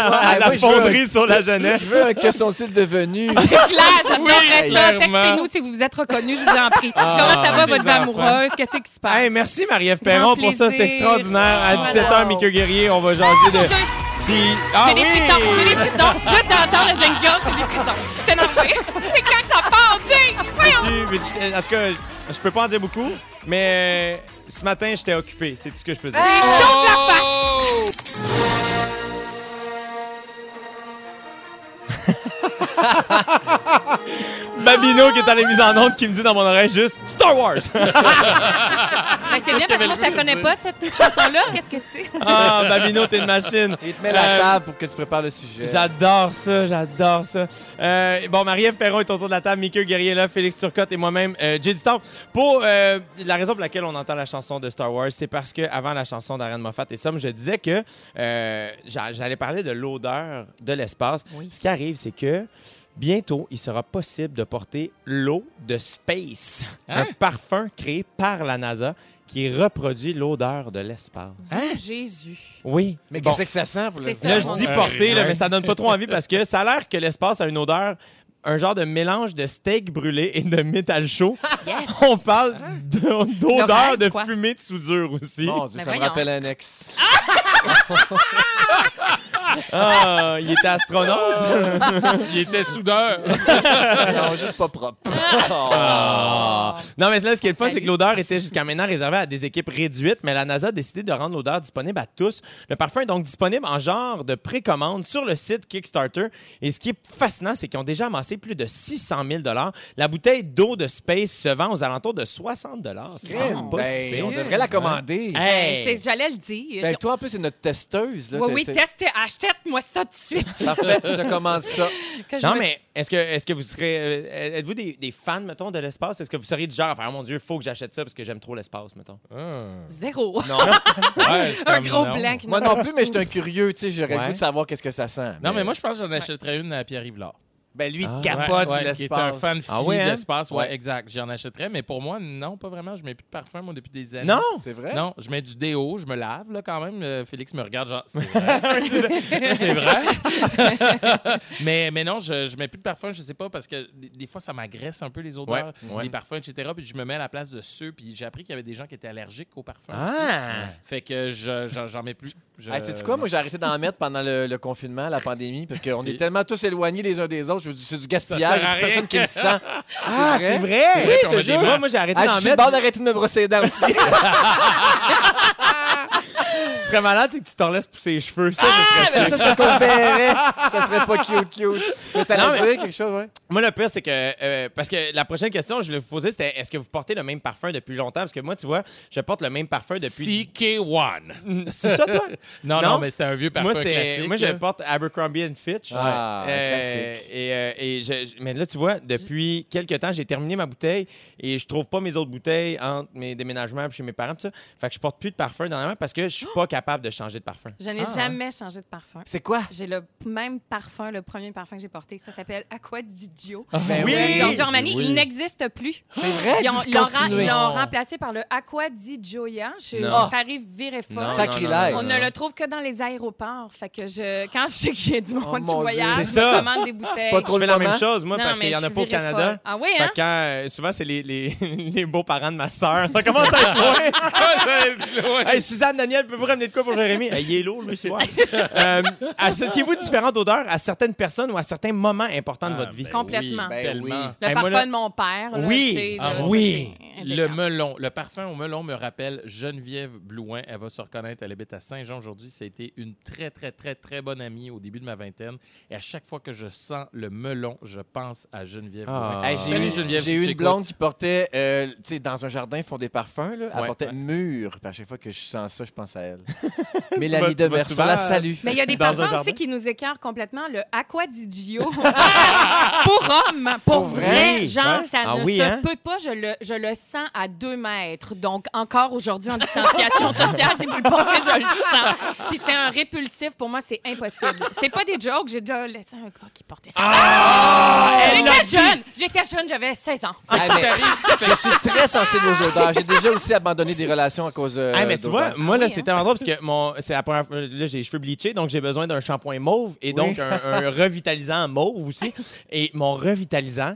moi, je veux fonderie sur la jeunesse. Je veux un que sont-ils devenus? C'est clair, j'adorerais Oui, ça. clairement. Textez-nous si vous vous êtes reconnus, je vous en prie. Comment ça va, les votre enfants. amoureuse? Qu'est-ce qui se passe? Ah, Hey, merci Marie-Ève Grand Perron pour ça, c'est plaisir. extraordinaire. À Wow. 17h, Mickey Guerrier, on va jaser de J'ai si. Ah j'ai des frissons, j'ai des oui! frissons. Je t'entends le jingle, j'ai des frissons. Je t'ai envoyé. C'est quand que ça part, Jay? Voyons. Veux-tu- veux-tu- en tout cas, je peux pas en dire beaucoup, mais euh, ce matin, j'étais occupé. C'est tout ce que je peux dire. J'ai chaud de la face. Babino qui est à la mise en onde qui me dit dans mon oreille juste Star Wars! Ben, c'est bien parce que moi, je la connais pas, cette chanson-là. Qu'est-ce que c'est? ah, Babino, t'es une machine. Il te met la Euh, table pour que tu prépares le sujet. J'adore ça, j'adore ça. Euh, bon, Marie-Ève Perron est autour de la table, Mickey Guerrier est là, Félix Turcotte et moi-même, euh, Jay du Temple. Pour euh, la raison pour laquelle on entend la chanson de Star Wars, c'est parce que avant la chanson d'Ariane Moffat et Somme, je disais que euh, j'a- j'allais parler de l'odeur de l'espace. Ce qui arrive, c'est que bientôt, il sera possible de porter l'eau de space, Hein? un parfum créé par la NASA qui reproduit l'odeur de l'espace. Hein? Jésus. Oui. Mais Bon. qu'est-ce que ça sent pour le C'est ça. Là, je on dis a- porter, là, Ouais. mais ça donne pas trop envie parce que ça a l'air que l'espace a une odeur, un genre de mélange de steak brûlé et de métal chaud. Yes. On parle de- d'odeur L'oreille, de quoi. fumée de soudure aussi. Mon Dieu, Mais ça me voyons. rappelle un ex. Ah, il était astronaute. Il était soudeur. Non, juste pas propre. Ah! Ben, Ah. Non, mais là, ce qui est le fun, c'est Salut. que l'odeur était jusqu'à maintenant réservée à des équipes réduites, mais la NASA a décidé de rendre l'odeur disponible à tous. Le parfum est donc disponible en genre de précommande sur le site Kickstarter. Et ce qui est fascinant, c'est qu'ils ont déjà amassé plus de 600 000 La bouteille d'eau de Space se vend aux alentours de 60 C'est quand même pas Ben, si pire. on devrait la commander. Hey. Ben, c'est- J'allais le dire. Ben, toi, en plus, c'est notre testeuse. Là, oui, T'as- oui, t'as- teste, achète-moi ça tout de suite. Parfait, je te commande ça. Que je Non, me- mais est-ce que, est que vous serez. euh, êtes-vous des, des fans, mettons, de l'espace? Est-ce que vous seriez du genre à faire, oh mon Dieu, faut que j'achète ça parce que j'aime trop l'espace, mettons? Zéro. Non. Ah. Ouais, c'est Ah, Un comme gros non. blanc. qui Moi n'a- non plus, mais je suis un curieux, tu sais, j'aurais Ouais. le goût de savoir qu'est-ce que ça sent. Non, mais moi, je pense que j'en achèterais une à Pierre-Yvelard. ben lui, il Ah. capote Ouais, sur ouais, l'espace. Qui est un fan Ah fini ouais, hein? de l'espace. Ouais, Ouais. exact. J'en achèterais, mais pour moi, non, pas vraiment. Je mets plus de parfum, moi, depuis des années. Non! C'est vrai? Non, je mets du déo, je me lave, là, quand même. Euh, Félix me regarde, genre, c'est vrai. c'est vrai. mais, mais non, je, je mets plus de parfum, je sais pas, parce que des, des fois, ça m'agresse un peu les odeurs, Ouais, ouais. les parfums, etc. Puis je me mets à la place de ceux. Puis j'ai appris qu'il y avait des gens qui étaient allergiques aux parfums. aussi. Ah! Fait que je- j'en j'en mets plus. Je- Hey, sais-tu quoi? Moi, j'ai arrêté d'en mettre pendant le, le confinement, la pandémie, parce qu'on Et- est tellement tous éloignés les uns des autres. Je veux dire, c'est du Ça gaspillage. sert à Il y a personne rien. qui le sent. Ah, c'est vrai! Oui, qu'on je te met des jure. Moi, moi, j'ai arrêté Ah, je d'en suis sur le bord mettre. d'arrêter de me brosser les dents aussi. Ce qui serait malade, c'est que tu t'en laisses pousser les cheveux. Ça, ce serait ça, je te confierais. Ça serait pas cute, cute. Mais Non, t'allais mais- dire quelque chose, ouais? Moi, le pire, c'est que. euh, parce que la prochaine question que je voulais vous poser, c'était est-ce que vous portez le même parfum depuis longtemps? Parce que moi, tu vois, je porte le même parfum depuis. CK1. C'est ça, toi? Non, non, Non. mais c'est un vieux parfum moi, c'est, classique. moi, je là. porte Abercrombie and Fitch. Ah, Euh, classique. Et, euh, et je- je- mais là, tu vois, depuis quelques temps, j'ai terminé ma bouteille et je trouve pas mes autres bouteilles entre mes déménagements puis chez mes parents. pis ça. Fait que je porte plus de parfum dernièrement parce que je suis pas capable de changer de parfum. Je n'ai jamais changé de parfum. C'est quoi? J'ai le même parfum, le premier parfum que j'ai porté. Ça s'appelle Aqua di Gio. Ben Ah. oui! oui! Donc, Germany, Oui. il n'existe plus. C'est vrai? Ils ont- ils l'ont ra- discontinué. ils l'ont Non. remplacé par le Aqua di Gioia chez Oh. Non. Paris Virefort. Non, Sacrilège. On non, ne le trouve que dans les aéroports. Fait que je, quand je sais que j'ai du Oh, monde qui mon Dieu. voyage, C'est je ça. me commande des bouteilles. pas trop Je fais la Comment? même chose, moi, Non, parce mais qu'il y en je a suis pas au virée Canada. folle. Ah oui, Fait hein? que quand, euh, souvent, c'est les, les, les beaux-parents de ma sœur. Ça commence à être loin. hey, Suzanne, Daniel, peux-vous ramener de quoi pour Jérémy? Hey, il est lourd, lui, c'est vrai. Euh, Associez-vous différentes odeurs à certaines personnes ou à certains moments importants de Ah, votre vie. ben Complètement. oui, Ben tellement. oui. Le Hey, moi, parfum là- de mon père. là, Oui. tu sais, Ah, là, oui. c'est Le impeccable. melon, le parfum au melon me rappelle Geneviève Blouin. Elle va se reconnaître. Elle habite à Saint-Jean aujourd'hui. Ça a été une très, très, très, très bonne amie au début de ma vingtaine. Et à chaque fois que je sens le melon, je pense à Geneviève Ah. Blouin. Hey, j'ai Salut, eu, Geneviève, j'ai si eu tu une blonde écoutes. qui portait, euh, tu sais, dans un jardin, ils font des parfums, là. Elle Ouais, portait ouais. mûr. Puis à chaque fois que je sens ça, je pense à elle. Tu vas- Mélanie tu vas Demers, souvent, on euh, la salue. Mais il y a des Dans un parfums jardin? aussi qui nous écartent complètement. Le Aqua di Gio. pour homme, pour, Pour vrai. vrai? Genre, Ouais. ça Ah ne oui, se hein? peut pas. Je le, je le sens à deux mètres. Donc, encore aujourd'hui, en distanciation sociale, si vous le portez, je le sens. Puis c'est un répulsif. Pour moi, c'est impossible. C'est pas des jokes. J'ai déjà laissé un gars qui portait ça. Ah, Ah, J'étais jeune. J'étais jeune. J'avais 16 ans. Ah, mais je suis très sensible aux odeurs. J'ai déjà aussi abandonné des relations à cause euh, Ah, mais tu vois, d'odeurs. moi, là, Oui, hein. c'était l'endroit parce que mon, c'est la première fois- là, j'ai les cheveux bleachés, donc j'ai besoin d'un shampoing mauve et donc un, un revitalisant mauve aussi. Et mon revitalisant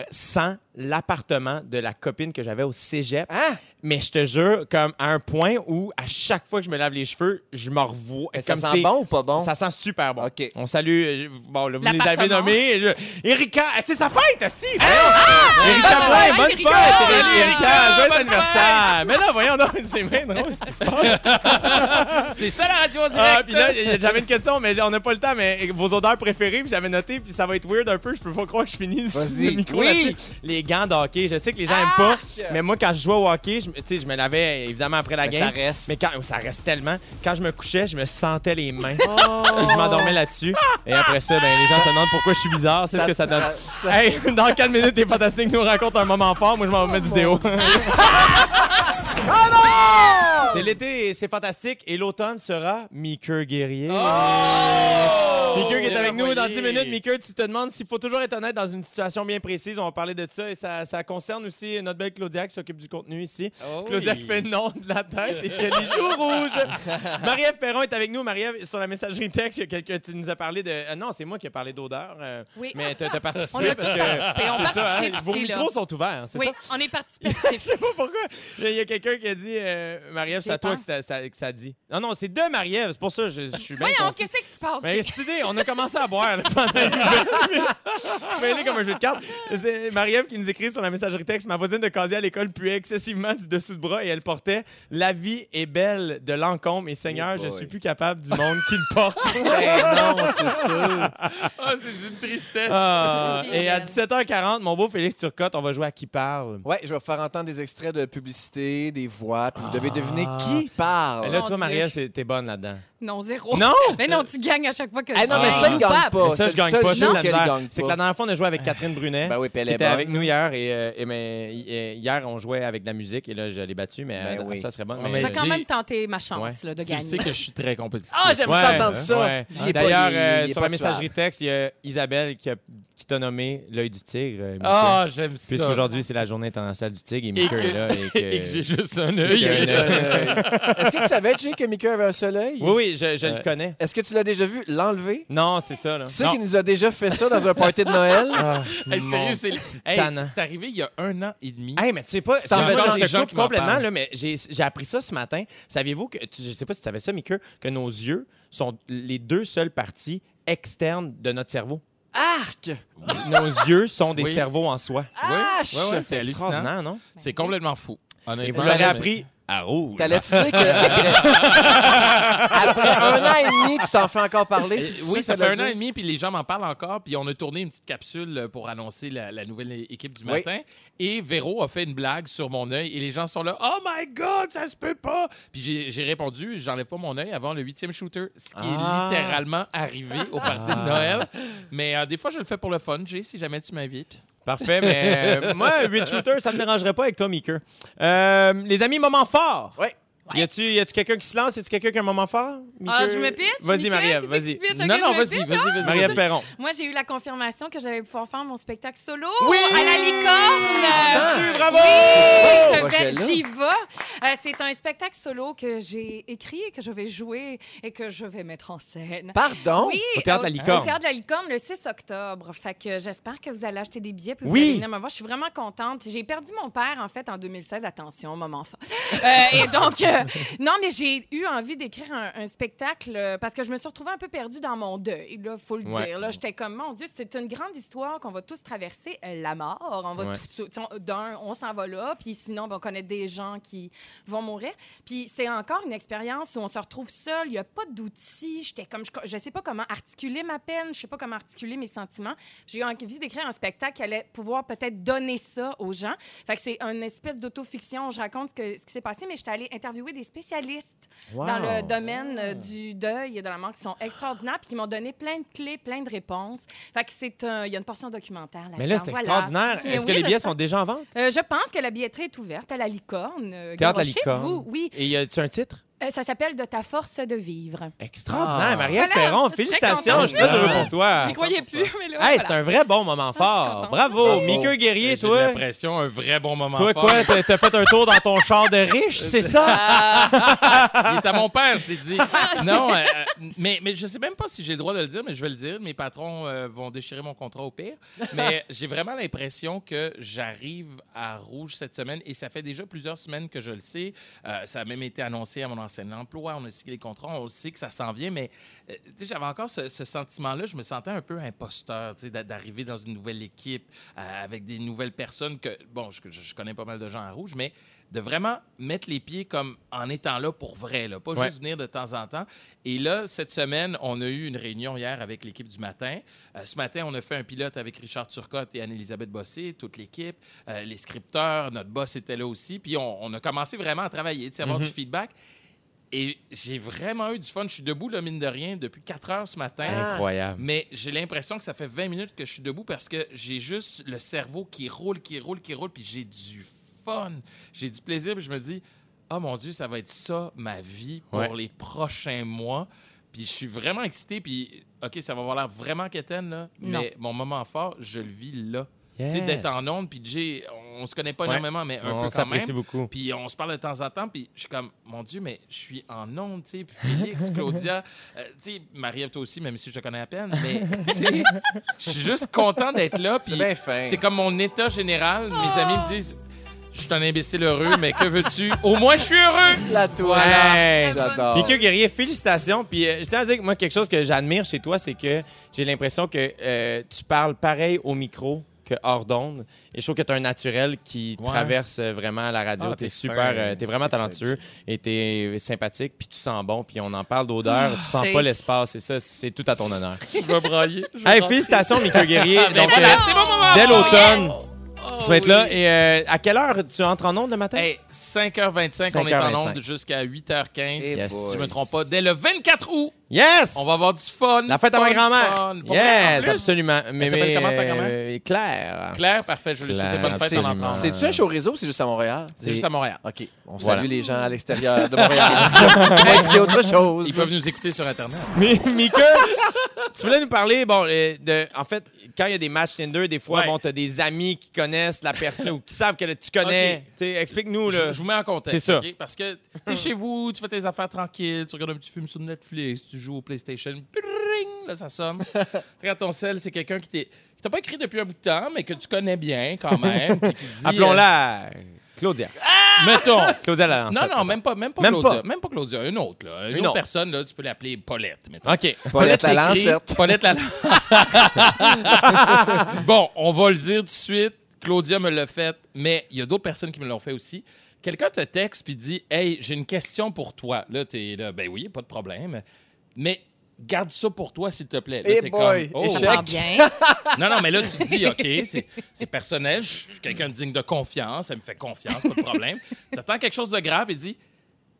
euh, sent l'appartement de la copine que j'avais au cégep. Hein? Mais je te jure, comme à un point où à chaque fois que je me lave les cheveux, je me revois. Mais comme ça c'est- sent bon ou pas bon? Ça sent super bon. OK. On salue. euh, Bon, là, vous les avez L'appartement. nommés. je- Erika, ah, c'est sa fête, aussi. Erika Ah! Blain, bonne Erika! fête, Erika. Erika, Joyeux bonne anniversaire. Mais là, voyons, donc, c'est bien drôle ce qui se passe. C'est ça la radio en direct. Ah, puis là, y- y- j'avais une question, mais on n'a pas le temps, mais vos odeurs préférées, puis j'avais noté, puis ça va être weird un peu. Je peux pas croire que je finisse Vas-y. le micro Oui. là-dessus. Les gants de hockey, je sais que les gens aiment pas, mais moi, quand je jouais au hockey, je, me- tu sais, je me lavais évidemment après la Mais ça game. reste. Mais quand ça reste tellement, quand je me couchais, je me sentais les mains. Oh, Je m'endormais là-dessus. Et après ça, ben, les gens se demandent pourquoi je suis bizarre. C'est ce que ça donne. ça- Hey, dans 4 minutes, les fantastiques nous racontent un moment fort. Moi, je m'en vais mettre du déo. C'est l'été, et c'est fantastique. Et l'automne sera Mickey Guerrier. Mickey qui il est a avec nous dans 10 envoyé. minutes. Mickey, tu te demandes s'il faut toujours être honnête dans une situation bien précise. On va parler de ça et ça, ça concerne aussi notre belle Claudia qui s'occupe du contenu ici. Oh oui. Claudia qui fait non de la tête et qui a les joues rouges. Marie-Ève Perron est avec nous. Marie-Ève, sur la messagerie texte, il y a quelqu'un tu nous as parlé de. Ah non, c'est moi qui ai parlé d'odeur. euh, Oui. Mais t'as t'as On participé a parce tous que. participé. On C'est ça, hein? participe Vos ici, là. micros sont ouverts, c'est Oui, ça? on est Je participatif. sais pas pourquoi. Il y a quelqu'un qui a dit, euh, Marie-Ève, c'est J'ai à toi peur. que ça, ça- que ça dit. Non, non, c'est de Marie-Ève, c'est pour ça que je, je suis bien Voyons, confus. qu'est-ce qui se passe? Mais cette idée, on a commencé à boire là, pendant une mêlée comme un jeu de cartes. C'est Marie-Ève qui nous écrit sur la messagerie texte Ma voisine de casier à l'école puait excessivement du dessous de bras et elle portait La vie est belle de Lancôme et Seigneur, Oh je boy. suis plus capable du monde qui le porte. Ben non, c'est sûr. Ah, c'est d'une tristesse. Ah, vie est et à belle. 17h40, mon beau Félix Turcotte, on va jouer à qui parle. Ouais, je vais vous faire entendre des extraits de publicité, des voix, puis vous devez Ah. deviner qui Mais parle. Mon là, toi, Dieu. Marie-Ève, c'est- t'es bonne là-dedans. Non, zéro. Non! Mais non, tu gagnes à chaque fois que Ah non, tu mais gagnes. ça, il gagne pas. Mais ça, C'est je le gagne seul pas. C'est jeu la auquel il misère. gagne C'est que pas. la dernière fois, on a joué avec Catherine Brunet. Ben oui, puis elle qui est était bonne. avec nous hier et, euh, et mais, hi- euh, hier on jouait avec de la musique et là je l'ai battu mais Ben euh, oui. ça serait bon Ouais, Je mais vais quand J'ai- même tenter ma chance Ouais. là, de Tu le sais gagner. que je suis très compétitif. Ah, j'aime Ouais, ça entendre ça. ouais. Il est pas- D'ailleurs, il- euh, il est sur pas la messagerie texte, il y a Isabelle qui, a- qui t'a nommé l'œil du tigre. euh, Mickey. Ah, j'aime ça. Puisqu'aujourd'hui, c'est la journée internationale du tigre et Et Mickey que, est là. Et que... et que j'ai juste un Il œil. y a Il juste y a un œil. Euh, Est-ce que tu savais, Jay, que Mika avait un seul œil? Oui, oui, je, je Ouais. Euh, le connais. Est-ce que tu l'as déjà vu l'enlever? Non, c'est ça. Là. Tu sais Non. qu'il nous a déjà fait ça dans un party de Noël? Hey, sérieux, c'est le- Hey, tannant. c'est arrivé il y a un an et demi. Hey, mais tu sais pas, C'est en excuse-moi, faisant les je te gens coupe qui m'en complètement, parlent. là, mais j'ai j'ai appris ça ce matin. Saviez-vous que, tu- je sais pas si tu savais ça, mais que, que nos yeux sont les deux seules parties externes de notre cerveau. Arc! Nos yeux sont des Oui. cerveaux en soi. Hache! Ouais, ouais, C'est c'est hallucinant. extraordinaire, non? C'est complètement fou. Et honnêtement. vous l'avez Mais- appris à rouge. T'allais-tu dire que après, après un an et demi, tu t'en fais encore parler? si Euh, tu sais oui, ça que t'as fait un an dit? et demi, puis les gens m'en parlent encore. Puis on a tourné une petite capsule euh, pour annoncer la, la nouvelle é- équipe du Oui. matin. Et Véro a fait une blague sur mon œil. Et les gens sont là, Oh my God, ça se peut pas. Puis j'ai- j'ai répondu, J'enlève pas mon œil avant le huitième shooter, ce qui Ah. est littéralement arrivé au party de Noël. Mais euh, des fois, je le fais pour le fun, Jay, si jamais tu m'invites. Parfait, mais euh, moi, 8 shooters, ça ne me dérangerait pas avec toi, Mickey. Euh, les amis, moment fort. Oui. Y a-tu y a-tu quelqu'un qui se lance? Y a-tu quelqu'un qui a un moment fort? Ah, Mickey? je me pitch? Vas-y, Mickey, Marie-Ève, qu'est-ce que vas-y. tu pitches? Ok, non, non, je me vas-y, pitch, vas-y, hein? vas-y. Marie-Ève vas-y. Perron. Moi, j'ai eu la confirmation que j'allais pouvoir faire mon spectacle solo Oui! à la licorne. Euh, Là-dessus, bravo! C'est Oui, beau, je vais- Rochelle. j'y vais. Euh, c'est un spectacle solo que j'ai écrit et que je vais jouer et que je vais mettre en scène. Pardon? Oui, Au Théâtre de la Licorne. au Théâtre de la Licorne le 6 octobre. Fait que j'espère que vous allez acheter des billets puis vous Oui. allez venir me voir. Je suis vraiment contente. J'ai perdu mon père en fait en 2016. Attention, moment fort. Euh, et donc euh, non, mais j'ai eu envie d'écrire un, un spectacle euh, parce que je me suis retrouvée un peu perdue dans mon deuil. Là, faut le Ouais. dire. Là, j'étais comme mon Dieu, c'est une grande histoire qu'on va tous traverser euh, la mort. On va Ouais. tous- tu sais, on- d'un, on s'en va là, puis sinon, ben, on connaît des gens qui vont mourir. Puis c'est encore une expérience où on se retrouve seul, il n'y a pas d'outils. J'étais comme, je, je sais pas comment articuler ma peine, je sais pas comment articuler mes sentiments. J'ai eu envie d'écrire un spectacle qui allait pouvoir peut-être donner ça aux gens. Fait que c'est une espèce d'autofiction. Je raconte ce, que- ce qui s'est passé, mais j'étais allée interviewer des spécialistes dans le domaine euh, du deuil et de la mort qui sont extraordinaires, puis qui m'ont donné plein de clés, plein de réponses. Fait que c'est un, il y a une portion documentaire là. Mais là, c'est extraordinaire. Mais ben Est-ce Eh oui, que les billets j'espère. sont déjà en vente? Euh, je pense que la billetterie est ouverte à la licorne. Euh, Théâtre La garochez-vous, Licorne. oui. Et y a-tu un titre? Euh, ça s'appelle De ta force de vivre. Extraordinaire. Ah. Marie-Ève Voilà, Perron, je suis très félicitations. Je contente. suis très heureux pour toi. J'y croyais plus, mais là. Ah. voilà. Hey, Ah, c'est un vrai bon moment fort. contente. Bravo. Bravo. Mickey Guerrier, Euh, J'ai de toi. la pression, un vrai bon moment Toi, fort. quoi? Ah. T'as t'as fait un tour dans ton char de riche, c'est ça? Il est à mon père, je l'ai dit. Non, euh, euh, mais, mais je sais même pas si j'ai le droit de le dire, mais je vais le dire. Mes patrons euh, vont déchirer mon contrat au pire. Mais j'ai vraiment l'impression que j'arrive à Rouge cette semaine et ça fait déjà plusieurs semaines que je le sais. Euh, ça a même été annoncé à mon ancien emploi. On a signé les contrats, on sait que ça s'en vient, mais euh, tu sais, j'avais encore ce, ce sentiment-là. Je me sentais un peu imposteur tu sais, d'a- d'arriver dans une nouvelle équipe euh, avec des nouvelles personnes que, bon, je, je- je connais pas mal de gens à Rouge, mais de vraiment mettre les pieds comme en étant là pour vrai, là, pas Ouais. juste venir de temps en temps. Et là, cette semaine, on a eu une réunion hier avec l'équipe du matin. Euh, ce matin, on a fait un pilote avec Richard Turcotte et Anne-Elisabeth Bossé, toute l'équipe, euh, les scripteurs, notre boss était là aussi. Puis on, on a commencé vraiment à travailler, tu sais, avoir du feedback. Et j'ai vraiment eu du fun. Je suis debout, le mine de rien, depuis 4 heures ce matin. Incroyable. Mais j'ai l'impression que ça fait 20 minutes que je suis debout parce que j'ai juste le cerveau qui roule, qui roule, qui roule, puis j'ai du fun, j'ai du Ah, plaisir, puis je me dis, oh mon Dieu, ça va être ça ma vie pour Ouais. les prochains mois. Puis je suis vraiment excité. Puis, OK, ça va avoir l'air vraiment quétaine, là, Non. mais mon moment fort, je le vis là. Tu sais, d'être en onde, puis Jay, on se connaît pas Ouais. énormément, mais un on peu quand même. s'apprécie beaucoup. Puis on se parle de temps en temps, puis je suis comme, mon Dieu, mais je suis en onde, tu sais. Puis Félix, Claudia, euh, tu sais, Marie-Ève, toi aussi, même si je te connais à peine, mais tu sais, je suis juste content d'être là. Puis C'est bien fin. c'est comme mon état général. Mes amis me disent, je suis un imbécile heureux, mais que veux-tu? Au moins, je suis heureux! la toile. Hey! Ah. J'adore. Puis que Guerrier, félicitations. Puis euh, je tiens à dire que moi, quelque chose que j'admire chez toi, c'est que j'ai l'impression que euh, tu parles pareil au micro que hors d'onde. Et je trouve que tu as un naturel qui Ouais. traverse euh, vraiment la radio. Ah, t'es t'es super, fin. euh, t'es vraiment C'est talentueux et t'es sympathique. Puis tu sens bon. Puis on en parle d'odeur. tu sens c'est- pas l'espace. Et ça, c'est tout à ton honneur. Ah, Je vais brailler. je vais Hey, rentrer. félicitations, Mika Guerrier. Ah, ben Donc, voilà, euh, c'est mon moment! dès l'automne, Oh, tu vas être là. oui. Et euh, à quelle heure tu entres en onde le matin? Hey, 5h25, on est en 5h25. onde jusqu'à 8h15. Eh Yes. boy. Si je me trompe pas, dès le 24 août, Yes! on va avoir du fun. La fête à fun, ma grand-mère. fun. Pour vrai, en Yes, plus, absolument. Mais, s'appelle comment, ta grand-mère? euh, Claire. Ah. Claire, parfait, je vais lui souhaiter Claire, bonne fête en entrant. absolument. C'est C'est-tu un show réseau ou c'est juste à Montréal? juste à Montréal. OK. On Voilà. salue les gens à l'extérieur de Montréal. On va écouter autre chose. Ils peuvent nous écouter sur Internet. Mais Mika, tu voulais nous parler, bon, euh, de, en fait, quand il y a des matchs Tinder, des fois, Ouais. bon, t'as des amis qui connaissent la personne ou qui savent que tu connais. Ok. Tu sais, Explique-nous, Je, là. je vous mets en contexte. C'est ça. ok? Parce que t'es chez vous, tu fais tes affaires tranquilles, tu regardes un petit film sur Netflix, tu joues au PlayStation. Pring, là, ça sonne. Regarde ton sel, c'est quelqu'un qui t'est- qui t'a pas écrit depuis un bout de temps, mais que tu connais bien quand même. puis qui dit, Appelons-la Claudia. euh, mettons. Claudia la Non, non, même pas, même pas Même Claudia. pas. Même pas Claudia. Une autre, là. Une, Une autre, autre. personne, là, tu peux l'appeler Paulette, mettons. OK. Paulette la écrit- lancette. Paulette la bon, on va le dire tout de suite. Claudia me l'a fait, mais il y a d'autres personnes qui me l'ont fait aussi. Quelqu'un te texte puis dit Hey, j'ai une question pour toi. Là, t'es là, ben oui, pas de problème. Mais garde ça pour toi, s'il te plaît. Là, Eh t'es boy, comme, Oh. échec. Pas Check. Ah, bien. Non, non, mais là, tu te dis, OK, c'est- c'est personnel, je suis quelqu'un de digne de confiance, elle me fait confiance, pas de problème. Tu attends quelque chose de grave et dit,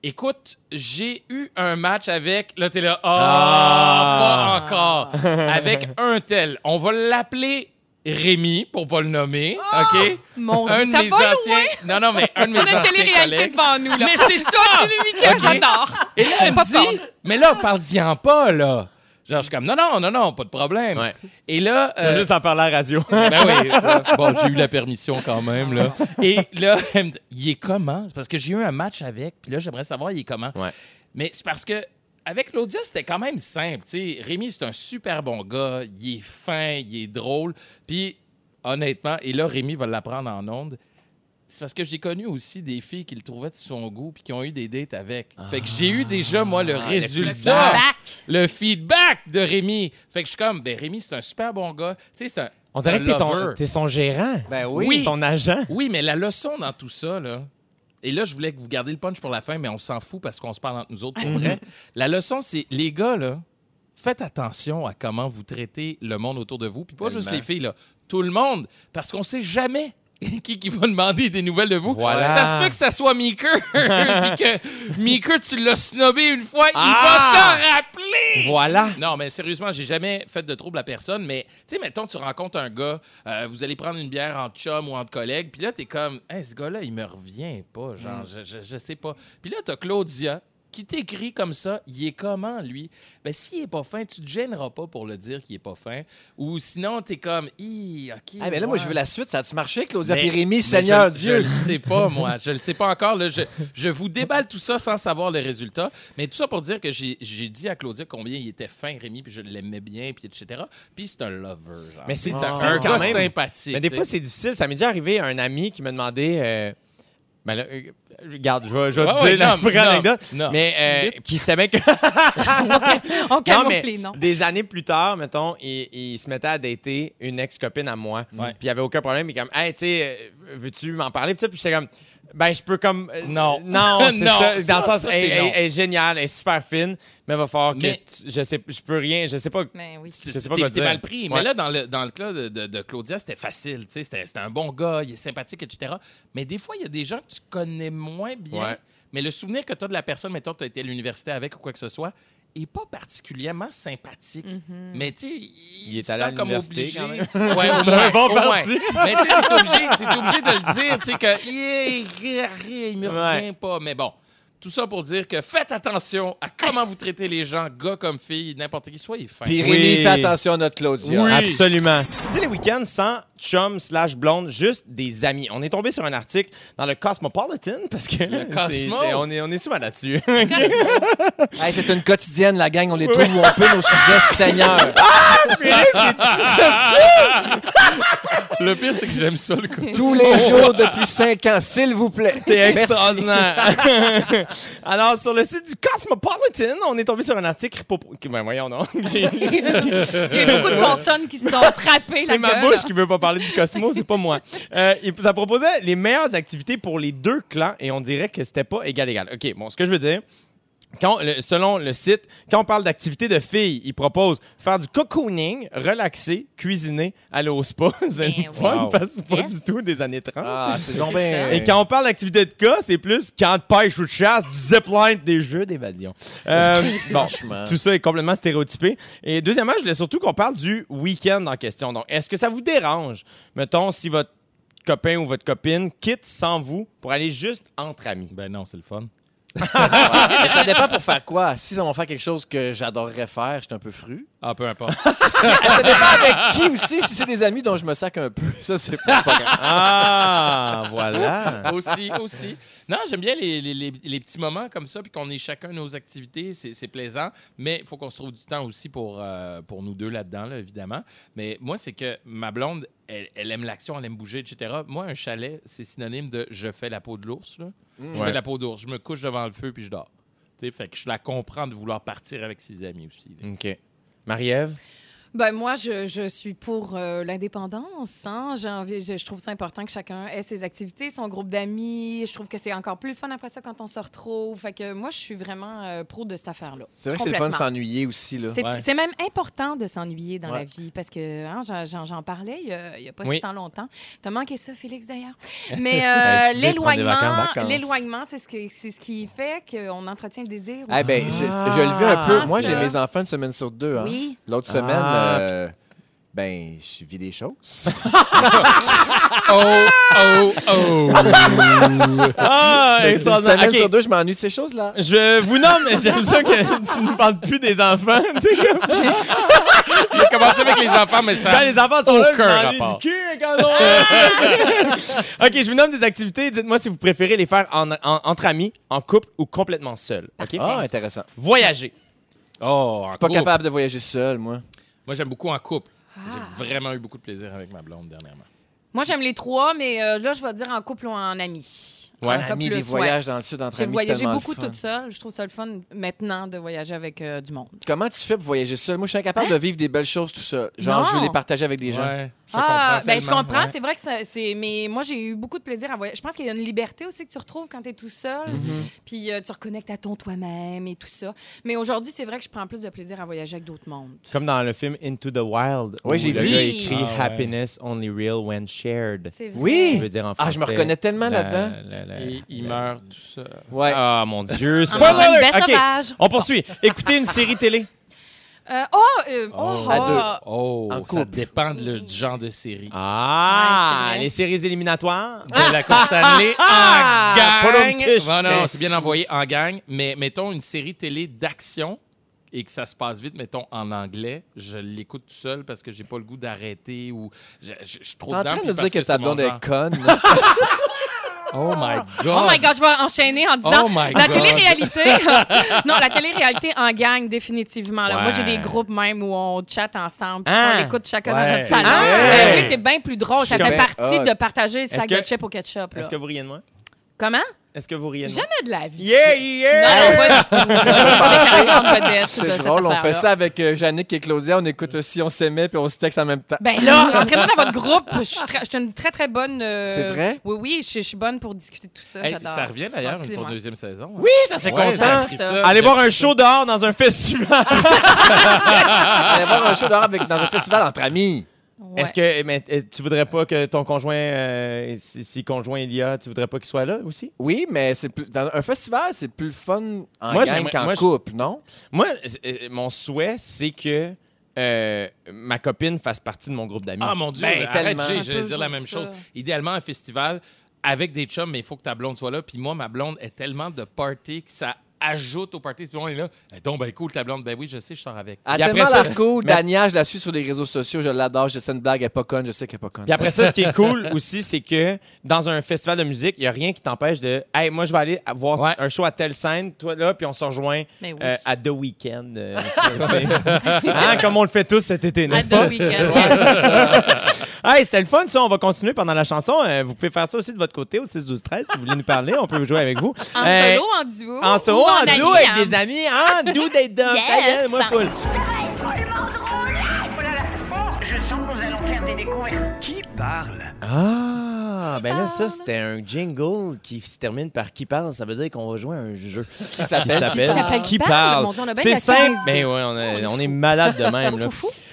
écoute, j'ai eu un match avec. Là, t'es là, ah, Ah. pas encore. Avec un tel. On va l'appeler Rémi, pour pas le nommer, OK? Mon un Dieu, de Oh! ça mes va anciens. Non, non, mais un de mes On a une anciens télé-réalité collègues. devant nous, là. Mais c'est ça! Mika, Ok. j'adore. Et là, elle me Pas dit, peur. mais là, parle-y-en pas, là. Genre, je suis comme, non, non, non, non, pas de problème. Ouais. Et là. euh, Juste en parler à la radio. ben oui, ça. bon, j'ai eu la permission quand même. Là. Et là, elle me dit, il est comment? Parce que j'ai eu un match avec, puis là, j'aimerais savoir, il est comment. Ouais. Mais c'est parce que, avec Claudia, c'était quand même simple. tu sais. Rémi, c'est un super bon gars, il est fin, il est drôle. Puis, honnêtement, et là, Rémi va l'apprendre en ondes. C'est parce que j'ai connu aussi des filles qui le trouvaient de son goût puis qui ont eu des dates avec. Fait que j'ai eu déjà, moi, le résultat Back. le feedback de Rémi. Fait que je suis comme, ben Rémi, c'est un super bon gars. Tu sais, c'est un. On dirait c'est que un t'es ton, lover. t'es son gérant. Ben oui. Son agent. Oui, mais la leçon dans tout ça, là. Et là, je voulais que vous gardiez le punch pour la fin, mais on s'en fout parce qu'on se parle entre nous autres pour Mhm. vrai. La leçon, c'est les gars, là, faites attention à comment vous traitez le monde autour de vous. Puis pas juste les filles, là. Tout le monde. Parce qu'on sait jamais. qui, qui va demander des nouvelles de vous. Voilà. Ça se peut que ça soit Meeker. Puis que Meeker, tu l'as snobé une fois, Ah! il va s'en rappeler. Voilà. Non, mais sérieusement, j'ai jamais fait de trouble à personne, mais tu sais, mettons, tu rencontres un gars, euh, vous allez prendre une bière en chum ou entre collègues, puis là, t'es comme, hey, ce gars-là, il me revient pas, genre, Mm. je, je, je sais pas. Puis là, t'as Claudia qui t'écrit comme ça, il est comment, lui? Ben, s'il est pas fin, tu te gêneras pas pour le dire qu'il est pas fin, ou sinon, t'es comme, hi, ok. Ah, mais là, moi, ouais. je veux la suite. Ça a-tu marché, Claudia Mais- Pérémy, mais Seigneur je- Dieu? Je le sais pas, moi. Je le sais pas encore. là. Je, je vous déballe tout ça sans savoir le résultat. Mais tout ça pour dire que j'ai j'ai dit à Claudia combien il était fin, Rémi, puis je l'aimais bien, puis etc. Puis c'est un lover, genre. Mais c'est un, difficile un quand gars même. sympathique. Mais des tu fois, sais. c'est difficile. Ça m'est déjà arrivé à un ami qui me demandait. euh, ben là, euh, regarde, je vais, je vais Ouais, te ouais, dire la nomme, vraie nomme, anecdote. nomme. Mais, euh, puis c'était bien que. On Non, camoufle, mais non. des années plus tard, mettons, il, il se mettait à dater une ex-copine à moi. Ouais. Puis il n'y avait aucun problème. Il est comme, hey, tu sais, euh, veux-tu m'en parler? Puis ça, puis j'étais comme, ben, je peux comme. euh, Non. Non, c'est Non, ça. ça, Dans le sens, ça, elle, c'est non. elle- elle est géniale, elle est super fine, mais il va falloir Mais- que. tu- je sais, je peux rien, je sais pas. Mais Ben oui. Je sais pas T'es- quoi t'es dire. mal pris. Ouais. Mais là, dans le, dans le cas de, de- de Claudia, c'était facile. tu sais, C'était c'était un bon gars, il est sympathique, etc. Mais des fois, il y a des gens que tu connais moins bien. Ouais. Mais le souvenir que tu as de la personne, mettons, tu as été à l'université avec ou quoi que ce soit, est pas particulièrement sympathique. Mais tu sais, il est tu te allé à sens comme l'université, obligé. quand même. Ouais, au C'est moins, un bon au moins. parti. Mais tu sais, t'es obligé, t'es obligé de le dire, tu sais, que. Yeah, yeah, yeah, il me Ouais. revient pas. Mais bon. Tout ça pour dire que faites attention à comment vous traitez les gens, gars comme filles, n'importe qui. Soyez fins. Puis Oui. Rémi, fais attention à notre Claudia. Oui. Absolument. Tu sais, les week-ends sans chum slash blonde, juste des amis. On est tombé sur un article dans le Cosmopolitan parce que là, Cosmo. c'est- c'est- on, est, on est souvent là-dessus. Hey, c'est une quotidienne, la gang. On les trouve où on peut, nos sujets, Seigneur. Le pire, c'est que j'aime ça, le coup. Tous les jours depuis cinq ans, s'il vous plaît. T'es Merci. extraordinaire. Alors, sur le site du Cosmopolitan, on est tombé sur un article. pour- Ben, voyons, non. Il y a beaucoup de consonnes qui se sont frappées. la C'est ma gueule. bouche qui veut pas parler du Cosmo, c'est pas moi. Euh, il- ça proposait les meilleures activités pour les deux clans et on dirait que c'était pas égal égal. OK, bon, ce que je veux dire quand, le- selon le site, quand on parle d'activités de filles, ils proposent faire du cocooning, relaxer, cuisiner, aller au spa. C'est Ben une oui. fun Wow. parce que c'est pas Yes. du tout des années 30. Ah, c'est donc bien. Et quand on parle d'activités de cas, c'est plus camp de pêche ou de chasse, du zipline, des jeux d'évasion. Euh, bon, Franchement. tout ça est complètement stéréotypé. Et deuxièmement, je voulais surtout qu'on parle du week-end en question. Donc, est-ce que ça vous dérange, mettons, si votre copain ou votre copine quitte sans vous pour aller juste entre amis? Ben non, c'est le fun. Mais ça dépend pour faire quoi. Si on va faire quelque chose que j'adorerais faire, je suis un peu fru. Ah, peu importe. ça dépend avec qui aussi. Si c'est des amis dont je me sac un peu, ça, c'est pas pas grave. Ah, voilà. aussi, aussi. Non, j'aime bien les, les- les- les petits moments comme ça, puis qu'on ait chacun nos activités, c'est c'est plaisant. Mais il faut qu'on se trouve du temps aussi pour, euh, pour nous deux là-dedans, là, évidemment. Mais moi, c'est que ma blonde, elle, elle aime l'action, elle aime bouger, etc. Moi, un chalet, c'est synonyme de je fais la peau de l'ours. là. Je Ouais. fais la peau d'ours, je me couche devant le feu, puis je dors. Tu sais, fait que je la comprends de vouloir partir avec ses amis aussi. là. OK. Marie-Ève? Ben moi, je, je suis pour euh, l'indépendance. hein. J'ai envie, je, je trouve ça important que chacun ait ses activités, son groupe d'amis. Je trouve que c'est encore plus le fun après ça quand on se retrouve. Fait que moi, je suis vraiment euh, pro de cette affaire-là. C'est vrai que c'est le fun de Complètement. s'ennuyer aussi. Là. C'est Ouais. c'est même important de s'ennuyer dans Ouais. la vie parce que hein, j'en- j'en j'en parlais il y a, il y a pas Oui. si tant longtemps. T'as manqué ça, Félix, d'ailleurs. Mais euh, Ben, si, de prendre des l'éloignement, vacances. l'éloignement, c'est ce, qui- c'est ce qui fait qu'on entretient le désir. Eh aussi. ben, c'est- je le vis un peu. Moi, j'ai Ah, mes enfants une semaine sur deux. hein. Oui. L'autre Ah. semaine, euh, ben, je vis des choses. Oh, oh, oh! Ah, Une extraordinaire. semaine OK. sur deux, je m'ennuie de ces choses-là. Je vous nomme, j'aime ça que tu ne parles plus des enfants. Tu sais, comme- J'ai commencé avec les enfants, mais ça. Quand les enfants sont là, je Aucun m'ennuie rapport. du cul quand on- OK, je vous nomme des activités. Dites-moi si vous préférez les faire en- en- entre amis, en couple ou complètement seul. OK? Ah, intéressant. Voyager. Oh, en Pas couple. capable de voyager seul, moi. Moi, j'aime beaucoup en couple. Ah. J'ai vraiment eu beaucoup de plaisir avec ma blonde dernièrement. Moi, j'aime les trois, mais euh, là, je vais dire en couple ou en ami. Ouais, Un peu amis, Ah, plus, des ouais. voyages dans le sud entre J'ai amis, voyagé c'est tellement beaucoup le fun. toute seule. Je trouve ça le fun maintenant de voyager avec euh, du monde. Comment tu fais pour voyager seul? Moi, je suis incapable de vivre des belles choses tout seul. Genre, Ah. Non. je veux les partager avec des gens. Ouais, je ah, comprends ben je tellement. comprends. Ouais. C'est vrai que ça- c'est. Mais moi, j'ai eu beaucoup de plaisir à voyager. Je pense qu'il y a une liberté aussi que tu retrouves quand tu es tout seul. Puis euh, tu reconnectes à ton toi-même et tout ça. Mais aujourd'hui, c'est vrai que je prends plus de plaisir à voyager avec d'autres mondes. Comme dans le film Into the Wild. où Ouais, j'ai le vu. gars écrit Ah ouais. Happiness only real when shared. C'est vrai. Oui! Je veux dire en Ah, je me français, reconnais tellement la- là-dedans. la- la- Et la- il meurt tout seul. Ouais. Ah, mon Dieu. En mangeant Spoiler! une baie alert! OK, sauvage. on poursuit. Écoutez une série télé. Euh, oh, euh, oh, À deux. oh. Oh, En ça couple. dépend de le, du genre de série. Ah, Ouais, c'est vrai. les séries éliminatoires. Ah. Ah. De la Coupe Stanley en Ah! gang. Pas long-tiche. Non, non, c'est bien envoyé en gang, mais mettons une série télé d'action et que ça se passe vite, mettons en anglais, je l'écoute tout seul parce que j'ai pas le goût d'arrêter ou je, je, je suis T'es trop en dedans, train de puis nous parce dire que c'est ta mon blonde est genre. conne. Oh my god. Oh my God, je vais enchaîner en disant Oh my la God. télé-réalité. non, la télé-réalité en gang, définitivement. là. Moi, j'ai Ouais. des groupes même où on chatte ensemble, puis Ah. on écoute chacun Ouais. dans notre salon. Ah. Ben oui, c'est bien plus drôle. Ça Je suis fait bien partie hot. de partager le sac que- de chips au ketchup. là. Est-ce que vous riez de moi? Comment? Est-ce que vous riez de moi? Jamais de la vie. Yeah, yeah! Non, non, pas du tout. C'est vraiment vedette, de c'est cette drôle, on fait affaire-là. ça avec euh, Yannick et Claudia. On Euh. écoute aussi, on s'aimait, puis on se texte en même temps. Ben là, rentrez-moi dans votre groupe. Je suis, très- je suis une très, très bonne. euh, C'est vrai? Oui, oui, je, je suis bonne pour discuter de tout ça. Hey, J'adore. ça revient d'ailleurs pour Excusez-moi. la deuxième saison. hein. oui, ça c'est Ouais, j'ai content. appris ça. ça. Allez J'ai voir un appris ça. show dehors dans un festival. Ah. On va voir un show dehors avec, dans un festival entre amis. Ouais. Est-ce que mais, euh, tu voudrais pas que ton conjoint, euh, si, si conjoint il y a, tu voudrais pas qu'il soit là aussi? Oui, mais c'est plus, dans un festival, c'est plus le fun en Moi, gang j'aimerais- qu'en moi, je- couple, non? Moi, euh, mon souhait, c'est que euh, ma copine fasse partie de mon groupe d'amis. Ah mon Dieu, Ben, arrête, tellement. Jay, Un j'allais peu dire la genre même ça. chose. Idéalement, un festival avec des chums, mais il faut que ta blonde soit là. Puis moi, ma blonde est tellement de party que ça ajoute au party. Tout le monde est là. Eh, donc, ben cool, ta blonde. Ben oui, je sais, je sors avec. Ah, Elle Puis a après tellement ça- la scoop. Mais- Dania, je la suis sur les réseaux sociaux. Je l'adore. Je sais une blague. Elle est pas conne. Je sais qu'elle est pas conne. Puis après ça, ce qui est cool aussi, c'est que dans un festival de musique, il n'y a rien qui t'empêche de. Hey, moi, je vais aller voir Ouais. un show à telle scène, toi là, puis on se rejoint Mais oui. euh, à The Weeknd. euh, Hein, comme on le fait tous cet été, n'est-ce pas? À The Weeknd. Hey, c'était le fun, ça. On va continuer pendant la chanson. Euh, vous pouvez faire ça aussi de votre côté au 6 12 13 si vous voulez nous parler. On peut jouer avec vous. En Euh, solo, en duo. En solo, ou en duo, ami, avec hein. des amis. Hein? Do they dumb? Yes. Ta gueule, moi, full. Oh Je sens que nous allons faire des découvertes. Ah, ben là, ça, c'était un jingle qui se termine par qui parle. Ça veut dire qu'on va jouer à un jeu qui s'appelle Qui s'appelle Qui parle? Mon Dieu, on a bien C'est la Oh, simple. quinze. Ben ouais, on, est- on est malade de même. là.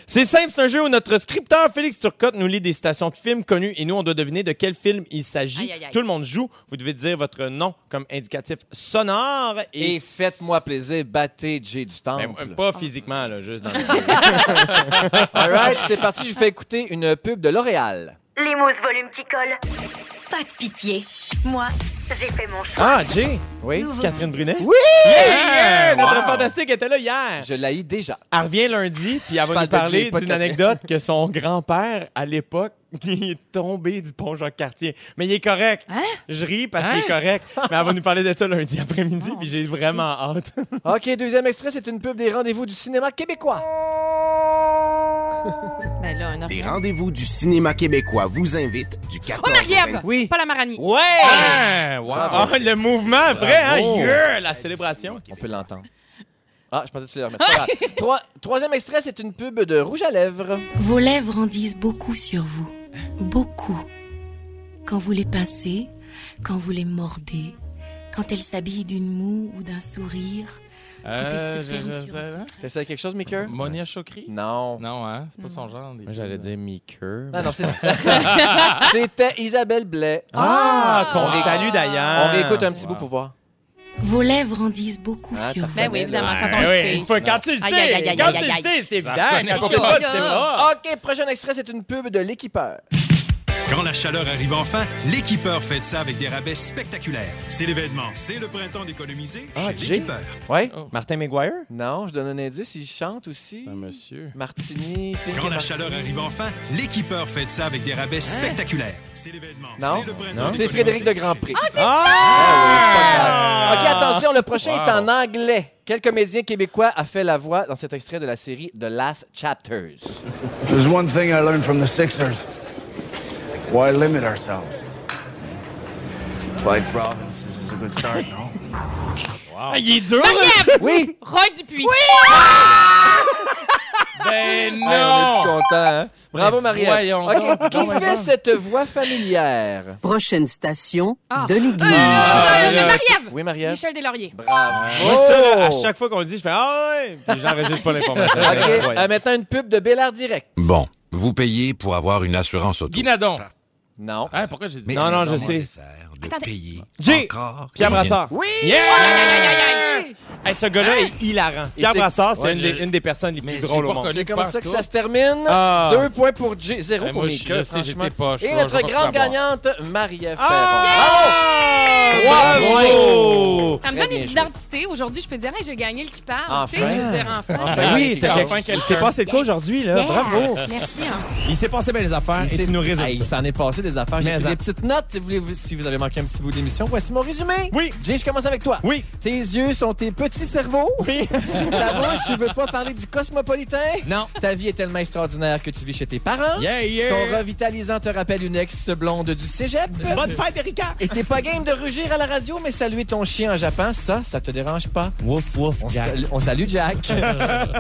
C'est simple, c'est un jeu où notre scripteur Félix Turcotte nous lit des citations de films connus et nous, on doit deviner de quel film il s'agit. Aïe, aïe, aïe. Tout le monde joue. Vous devez dire votre nom comme indicatif sonore. Et, Et faites-moi plaisir. Battez J du Ben, Temple. pas physiquement, là, juste dans le... All right, c'est parti. Je vous fais écouter une pub de L'Oréal. Les mousses volume qui collent. Pas de pitié. Moi, J'ai fait mon choix. Ah, Jay, Oui. Nouveau- Catherine Brunet. Oui! Yeah! Notre Wow. fantastique était là hier. Je l'ai déjà. Elle revient lundi, puis elle Je va nous parle de parler Jay, pas de d'une Catherine. anecdote que son grand-père, à l'époque, il est tombé du pont Jacques-Cartier. Mais il est correct. Hein? Je ris parce qu'il est correct. Mais elle va nous parler de ça lundi Oh, après-midi, puis j'ai vraiment hâte. OK, deuxième extrait, c'est une pub des rendez-vous du cinéma québécois. Ben là, un Les organe. rendez-vous du cinéma québécois vous invitent du 14 Oh, au Marie-Ève! Oui. Pas la maranie. Ouais! Ah, wow. Ah, le mouvement après, hein? Bravo. Yeah, la célébration. On peut l'entendre. Ah, je pensais que tu l'as remis. troisième extrait, c'est une pub de Rouge à lèvres. vos lèvres en disent beaucoup sur vous. Beaucoup. Quand vous les pincez, quand vous les mordez, quand elles s'habillent d'une moue ou d'un sourire, Euh, Quand elle se je- ferme je- sur je- T'essayes quelque chose, Maker? Monia Chokri? Non. Non, hein? C'est pas son genre. des- Mickey. Non, non, c'est- c'était Isabelle Blais. Ah, qu'on Ah. salue d'ailleurs. On réécoute un petit bout pour voir. vos lèvres en disent beaucoup Ah, sur t'as vous. fait. Ben oui, évidemment, Ah, quand on oui, le une sait. fois, quand tu le sais, Aïe, aïe, aïe, aïe, quand tu aïe, le aïe. Ah, sais, c'est évident. La connais. Quand tu le sais pas, tu sais pas. OK, prochain extrait, c'est une pub de l'équipeur. Quand la chaleur arrive enfin, l'équipeur fait ça avec des rabais spectaculaires. C'est l'événement, c'est le printemps d'économiser Ah, chez Jay. l'équipeur. Ouais? Oh. Martin McGuire? Non, je donne un indice, il chante aussi. Ah, monsieur. Martini, Pink Quand et la Martini. chaleur arrive enfin, l'équipeur fait ça avec des rabais spectaculaires. C'est l'événement, Non, Hein? c'est le printemps c'est d'économiser Frédéric de Grandpré. Ah Ah! OK, attention, le prochain Wow. est en anglais. Quel comédien québécois a fait la voix dans cet extrait de la série The Last Chapters? There's one thing I learned from the Sixers. Why limit ourselves? Five provinces is a good start, no? Ah, il est dur! Marie-Ève! Oui! Roy Dupuis. Ben Ouais, Ah, on est-tu non! content, hein? Bravo, Marie. voyons donc. Oh qui fait cette voix familière? Prochaine station Ah. de l'église. Ah, là, euh, Marie-Ève. Oui, Marie-Ève? Michel Deslauriers. Bravo. Oh! Moi, ça, là, à chaque fois qu'on le dit, je fais Ah ouais! Puis j'enregistre pas l'information. Oh! OK, C'est incroyable. euh, maintenant une pub de Bel Air Direct. Bon, vous payez pour avoir une assurance auto. Guinadon. Non. Ah. Hein, pourquoi j'ai dit Mais Non, non, je il est sais. nécessaire de Attendez. payer Jay, encore Pierre une- Brassard. Oui! Hey, ce gars-là Hein? est hilarant. Pierre c'est- Brassard, c'est Ouais, une, je- des, une des personnes les Mais plus j'ai drôles au pas monde. reconnu. C'est comme partout. ça que ça se termine. Ah. Deux points pour J, zéro Ben, pour moi, je- Mika, je sais, franchement. j'étais pas chaud, Et je notre vais pas grande savoir. gagnante, Marie-Ève Ah! Bravo! Ça me Très donne une bien joué. identité. Aujourd'hui, je peux dire, Hey, j'ai gagné le qui parle. Enfin. Tu sais, je veux dire, enfin. Ah Ben oui, c'est c'est enfin quelqu'un. Il s'est passé de quoi aujourd'hui, là? Ah, Bravo! Merci. hein. Il s'est passé bien les affaires Ferron. et tu nous résumes Hey, ça. il s'en est passé des affaires. J'ai Mais pris en- des petites notes si vous, voulez- si vous avez manqué un petit bout d'émission. Voici mon résumé. Oui. Jay, je commence avec toi. Oui. Tes yeux sont tes petits cerveaux. Oui. Ta bouche, tu veux pas parler du cosmopolitain. Non. Ta vie est tellement extraordinaire que tu vis chez tes parents. Yeah, Ton yeah! revitalisant te rappelle une ex blonde du cégep. Bonne fête, Erika! Et t'es pas game de rugir à la radio, mais saluer ton chien en Japon, ça, ça te dérange pas. Wouf, wouf, On, Jack. salue- on salue Jack.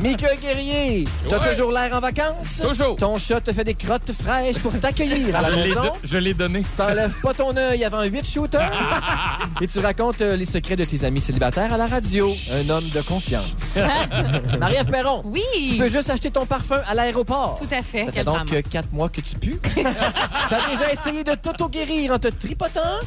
Mika Guerrier, t'as Ouais. toujours l'air en vacances? Toujours. Ton chat te fait des crottes fraîches pour t'accueillir à la Je l'ai maison. do- Je l'ai donné. T'enlèves pas ton œil avant 8 shooters. Et tu racontes euh, les secrets de tes amis célibataires à la radio. Un homme de confiance. Marie-Ève Perron, Oui. tu peux juste acheter ton parfum à l'aéroport. Tout à fait. Ça fait Quelle donc femme. 4 mois que tu pues. T'as déjà essayé de t'auto-guérir en te tripotant.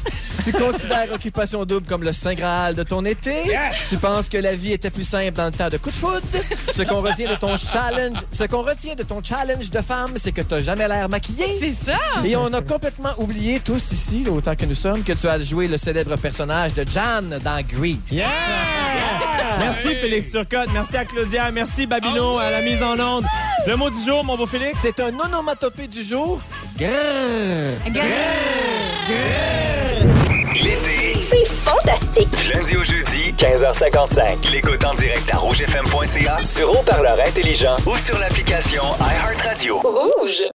Tu considères Occupation Double comme le Saint Graal de ton été. Tu penses que la vie était plus simple dans le temps de coup de foudre. Ce qu'on retient de ton challenge, ce qu'on retient de ton challenge de femme, c'est que t'as jamais l'air maquillée. C'est ça. Et on a complètement oublié, tous ici, autant que nous sommes, que tu as joué le célèbre personnage de Jan dans Grease. Merci Félix Turcotte, merci à Claudia, merci Babino à la mise en onde. Le mot du jour, mon beau Félix? C'est un onomatopée du jour. L'été. C'est fantastique. Du lundi au jeudi, 15h55. L'écoute en direct à rougefm.ca, sur haut-parleur intelligent ou sur l'application iHeartRadio. Rouge.